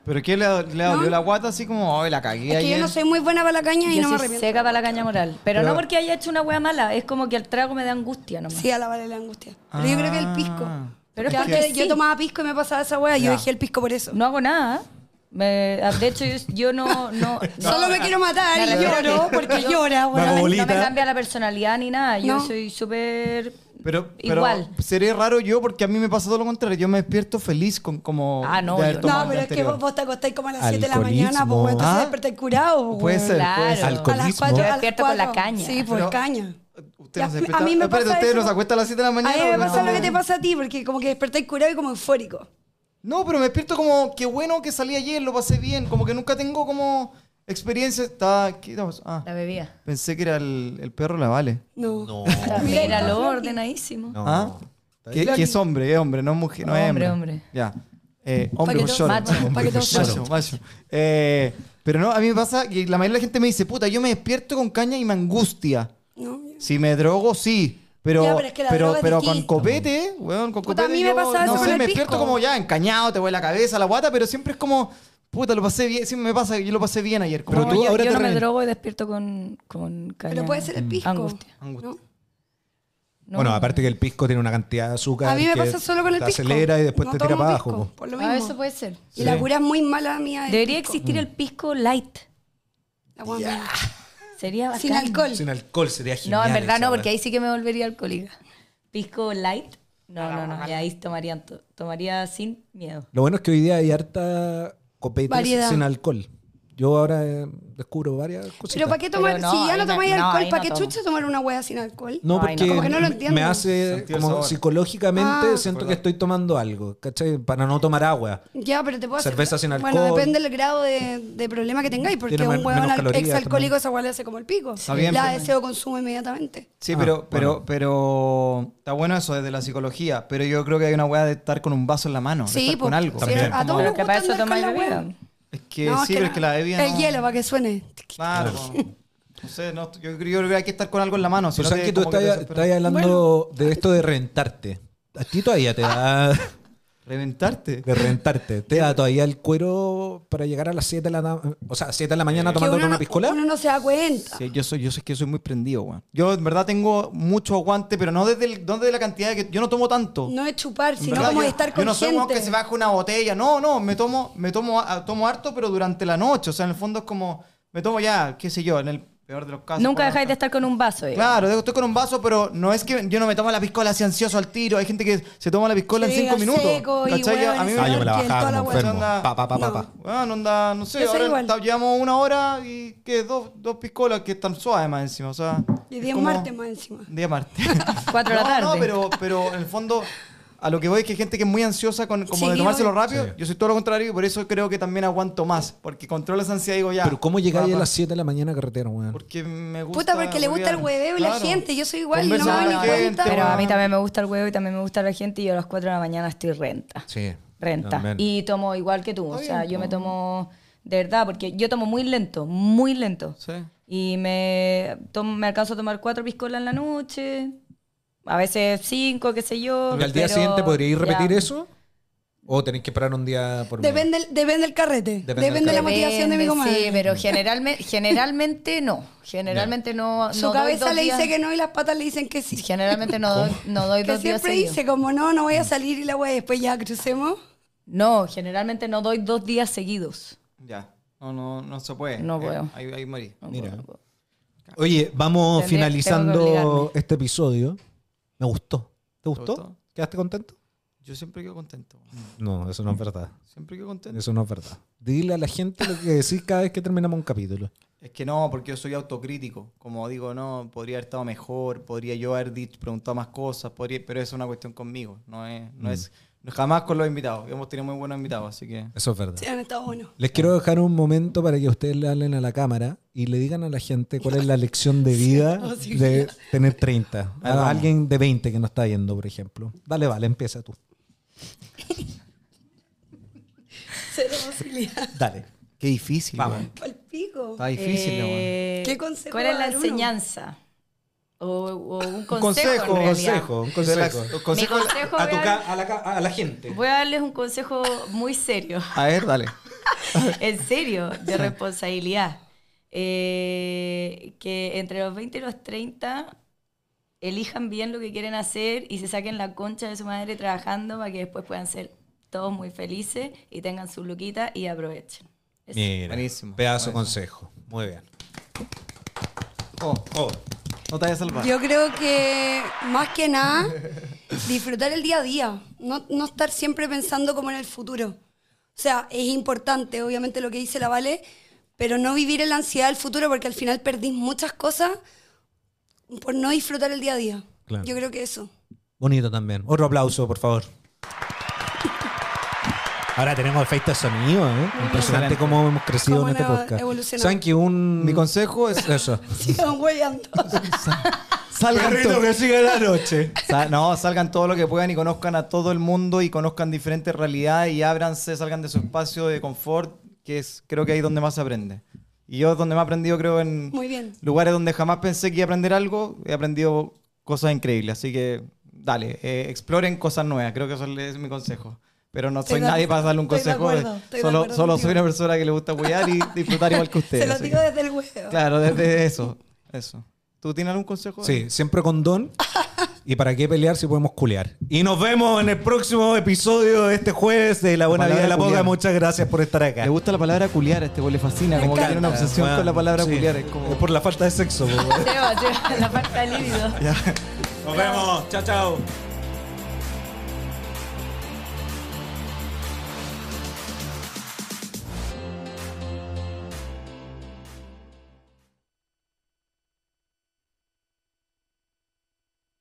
¿Pero qué le, le dolió la guata así como, ay, la cagué
Es que yo
ayer"?
no soy muy buena para la caña y
Yo
no me
soy
arrepiento.
seca para la caña moral. Pero,
Pero-
no porque haya hecho una wea mala, es como que al trago me da angustia nomás.
Sí, a la vale la angustia. Pero yo creo que el pisco.
Ah.
Pero es
Porque
porque
antes yo
sí.
tomaba pisco y me pasaba esa wea. Yo dejé el pisco por eso.
No hago nada. ¿ah? Me- ah, de hecho, yo, yo no, no,
Solo me quiero matar
Me
y
refiero a que-
lloro porque llora,
no,
weón.
me- no
bolita.
me cambia la personalidad ni nada. Yo
No.
soy súper
Pero, pero
igual.
sería raro yo porque a mí me pasa todo lo contrario. Yo me despierto feliz con como...
Ah, no,
de haber
yo
tomado
No,
el
pero
día
es que
anterior.
vos, vos te acostáis como a las 7 de la
Alcoholismo.
mañana, pues, entonces
Ah.
despertáis curado, pues,
Puede
weón.
ser, puede
Claro.
Alcohol.
ser.
A las
Alcoholismo.
4
Yo
despierto con la caña.
Sí, por
Pero-
caña.
Ustedes
Ya,
nos despiertan-
a mí me
Espérate,
pasa
ustedes
eso.
nos acuestan a las 7 de la
A
mañana.
mí me
¿no?
pasa
No.
lo que te pasa a ti, porque como que despertáis curado y como eufórico.
No, pero me despierto como, qué bueno que salí ayer, lo pasé bien. Como que nunca tengo como experiencia. Está, ¿qué pasó? Ah,
la bebida.
pensé que era el, el perro la vale.
No. Mira,
Mira,
está
lo
Floki.
ordenadísimo.
No.
¿Ah? Que, que es hombre, es hombre, no es mujer, no es
Hombre,
hembra.
hombre.
Ya. Eh, hombre
que
con
todos-
short.
Macho.
pa' que todos
Macho, macho. Eh, pero no, a mí me pasa que la mayoría de la gente me dice, puta, yo me despierto con caña y me angustia.
No.
Si me drogo, sí. Pero,
Ya,
pero,
pero es que la
pero,
droga es
con
distinta.
copete, weón, con
Puta, a
copete.
mí me
yo,
pasa eso
no
con
sé,
el
me
pisco.
despierto como ya encañado, te voy la cabeza, la guata, pero siempre es como, puta, lo pasé bien. Siempre me pasa, yo lo pasé bien ayer. Como
Pero tú
yo,
ahora
yo
te
no me
re-
drogo y despierto con, con caña.
Pero puede ser el pisco.
Angustia.
Angustia.
No.
No.
Bueno, aparte que el pisco tiene una cantidad de azúcar.
A mí me
que
pasa solo con el
te
pisco.
acelera y después
No
te tira
tomo
para
pisco,
abajo. po.
Por lo mismo.
Ah, eso puede ser.
Y la cura es muy mala mía. del
Debería
pisco.
existir el pisco light.
La weá mala.
Sería bacán.
Sin alcohol.
Sin alcohol sería
No,
genial
en verdad
esa
no,
weá.
porque ahí sí que me volvería alcohólica. Pisco light. No,
Ah,
no, no. Y ahí tomaría, to- tomaría sin miedo.
Lo bueno es que hoy día hay harta copetes
Variedad.
sin alcohol. Yo ahora eh, descubro varias cositas.
Pero ¿para qué tomar?
Pero no,
si ya
ahí
no
no-
tomáis
no,
alcohol,
ahí
¿para
no
qué
tomo.
chucha tomar una hueá sin alcohol?
No,
Ay, no.
porque
Como que no lo
me
entiendo.
hace,
Sentido
como
sabor.
psicológicamente,
Ah.
siento que estoy tomando algo, ¿cachai? Para no tomar agua.
Ya, pero te puedo hacer-
Cerveza sin
Bueno,
alcohol.
depende del grado de, de problema que tengáis, porque
Tiene men-
un huevón
menos
al-
calorías
exalcohólico
también.
esa hueá le hace como el pico.
Está bien,
la
pero-
deseo consumo inmediatamente.
Sí,
Ah,
pero, pero,
bueno.
pero está bueno eso desde la psicología. Pero yo creo que hay una weá de estar con un vaso en la mano, de
Sí,
estar con
pues,
algo.
sí,
También.
a
Pero
todos nos
que
gusta
para eso
andar con
tomáis
la
bebida.
hueá.
Es que
No,
sí,
que
pero
la-
es que la bebida.
El
no-
hielo, para que suene.
Claro. No sé, no, yo, yo creo que hay que estar con algo en la mano. Si
Pero
no
sabes
te-
que tú
como que
estás,
te
estás
desesperas.
hablando de esto de rentarte. A ti todavía te da
Reventarte.
de rentarte. Te da todavía el cuero para llegar a las 7 de la na- o sea, 7 de la mañana
Que
tomando
uno
una
no-
piscola.
Uno no se da cuenta.
Sí, yo soy, yo sé que soy muy prendido, weón. Yo en verdad tengo mucho aguante, pero no desde, el- no desde la cantidad de que yo no tomo tanto.
No es chupar,
En
sino
verdad,
como
yo,
de estar
yo no
con
soy weón
gente.
que se baja una botella. No, no, me tomo, me tomo, ah, tomo harto, pero durante la noche. O sea, en el fondo es como, me tomo ya, qué sé yo, en el peor de los casos.
Nunca
por-
dejáis de estar con un vaso. eh. digamos.
Claro, digo, estoy con un vaso, pero no es que yo no me tomo la piscola así ansioso al tiro. Hay gente que se toma la piscola
Sí,
en cinco
al
minutos.
seco y
¿Cachai?
weón,
a mí
y
me
Ah, yo me la
Toda la
bajaba, como
hueá.
enfermo. Pa, pa, pa, pa,
No.
pa.
Bueno, onda, no sé,
Yo soy
ahora
igual.
está- llevamos una hora y que dos, dos piscolas que están suaves más encima, o sea.
Y
es
día
como-
martes más encima.
Día martes.
Cuatro de la
No,
tarde.
No, pero, pero en el fondo, a lo que voy es que hay gente que es muy ansiosa con, como
Sí,
de tomárselo rápido.
Sí.
Yo soy todo lo contrario y por eso creo que también aguanto más, porque controlo esa ansiedad y digo ya.
Pero ¿cómo llegáis
va,
a
va,
las 7 de la mañana a carretera, weón?
Porque me gusta.
Puta, porque le gusta el
huevear.
hueveo y la
Claro.
gente. Yo soy igual, no me
Conversa
doy
con la
ni cuenta.
gente,
Pero a mí
weón.
también me gusta el huevo y también me gusta la gente. Y yo a las 4 de la mañana estoy renta.
Sí.
Renta.
También.
Y tomo igual que tú. O
Está
sea,
bien,
yo me
po.
tomo De verdad, porque yo tomo muy lento, muy lento.
Sí.
Y me, tom- me alcanzo a tomar cuatro piscolas en la noche, a veces cinco, qué sé yo.
¿Y al día
pero
siguiente podríais
ya.
repetir eso? ¿O tenéis que parar un día por medio?
Depende, el- depende el carrete.
Depende
Depende,
del
de la
carrete.
motivación de mi
Depende,
comadre.
Sí, pero generalmente, generalmente no. Generalmente no.
Su
no doy
cabeza
dos
le dice
días-
que no y las patas le dicen que sí.
Generalmente no, doy- no doy
que
dos días
siempre
seguidos.
dice, como no, no
Mm.
voy a salir y la voy a después ya crucemos.
No, generalmente no doy dos días seguidos.
Ya. No, no, no se puede.
No
Eh,
puedo.
ahí, ahí morí.
No
Mira.
puedo, no puedo.
Oye, vamos
Tendría- tengo que
finalizando
obligarme.
este episodio. Me gustó. ¿Te gustó?
gustó?
¿Quedaste contento?
Yo siempre quedo contento.
Mm.
No, eso no es verdad.
Siempre quedo contento.
Eso no es verdad. Dile a la gente lo que decís cada vez que terminamos un capítulo.
Es que no, porque yo soy autocrítico. Como digo, no, podría haber estado mejor, podría yo haber dicho, preguntado más cosas, podría, pero eso es una cuestión conmigo. No es,
Mm.
no es no- jamás con los invitados. Hemos tenido muy buenos invitados, así que.
Eso es verdad.
Sí, han estado buenos.
Les quiero dejar un momento para que ustedes le hablen a la cámara y le digan a la gente cuál es la lección de vida de tener 30.
Ahí vamos.
A alguien de 20 que no está yendo, por ejemplo. Dale, vale, empieza tú.
Cero facilidad.
Dale.
Qué difícil,
Vamos.
Palpico.
Está difícil, la weón.
Eh,
¿Qué consejo
¿Cuál es la
dar uno?
enseñanza? O, o un consejo.
consejo,
en
Un
realidad.
consejo, un
Entonces, la-
consejo.
los consejos-
Mi consejo
A, tu
voy a-
ca- a la, ca- a la gente.
Voy a darles un consejo muy serio.
A ver, dale.
en serio, de responsabilidad. Eh, que entre los 20 y los 30 elijan bien lo que quieren hacer y se saquen la concha de su madre trabajando para que después puedan ser todos muy felices y tengan su luquita y aprovechen. Eso.
Mira,
Buenísimo.
pedazo de
Buenísimo.
consejo. Muy bien.
Oh,
Oh,
no te vayas a salvar.
Yo creo que más que nada disfrutar el día a día, no, no estar siempre pensando como en el futuro. O sea, es importante, obviamente, lo que dice la Vale, pero no vivir en la ansiedad del futuro porque al final perdís muchas cosas por no disfrutar el día a día.
Claro.
Yo creo que eso.
bonito también. Otro aplauso, por favor. Ahora tenemos efecto de sonido, ¿eh? Impresionante
Excelente.
cómo hemos crecido
Cómo
en este
hemos
podcast.
evolucionado.
¿Saben que un...
Mi consejo es.
Eso.
Sigan hueveando.
Salgan to-
siga la noche.
Sa- no, salgan todo lo que puedan y conozcan a todo el mundo y conozcan diferentes realidades y ábranse, salgan de su espacio de confort, que es creo que ahí es donde más se aprende. Y yo es donde más he aprendido creo en
Muy bien.
lugares donde jamás pensé que iba a aprender algo, he aprendido cosas increíbles, así que dale, eh, exploren cosas nuevas, creo que eso es mi consejo. Pero no
Estoy
soy
de
nadie
acu-
para darle un
estoy de
consejo, de-
acuerdo, estoy de
solo,
acuerdo
solo soy
contigo.
una persona que le gusta apoyar y disfrutar igual que ustedes.
Se los
así
digo
que-
desde el huevo.
Claro, desde eso, eso. ¿Tú tienes algún consejo?
Sí, siempre con don. ¿Y para qué pelear si podemos culear? Y nos vemos en el próximo episodio de este jueves de La Buena
Palabra
Vida de la Poca.
culiar.
Muchas gracias por estar acá.
Le gusta la palabra culiar a este, güey, le fascina, como que tiene una obsesión
Bueno,
con la palabra
sí.
culiar. Es como...
Es por la falta de sexo. po.
Seba, Seba, la falta de líbido.
nos vemos. Chao, chao.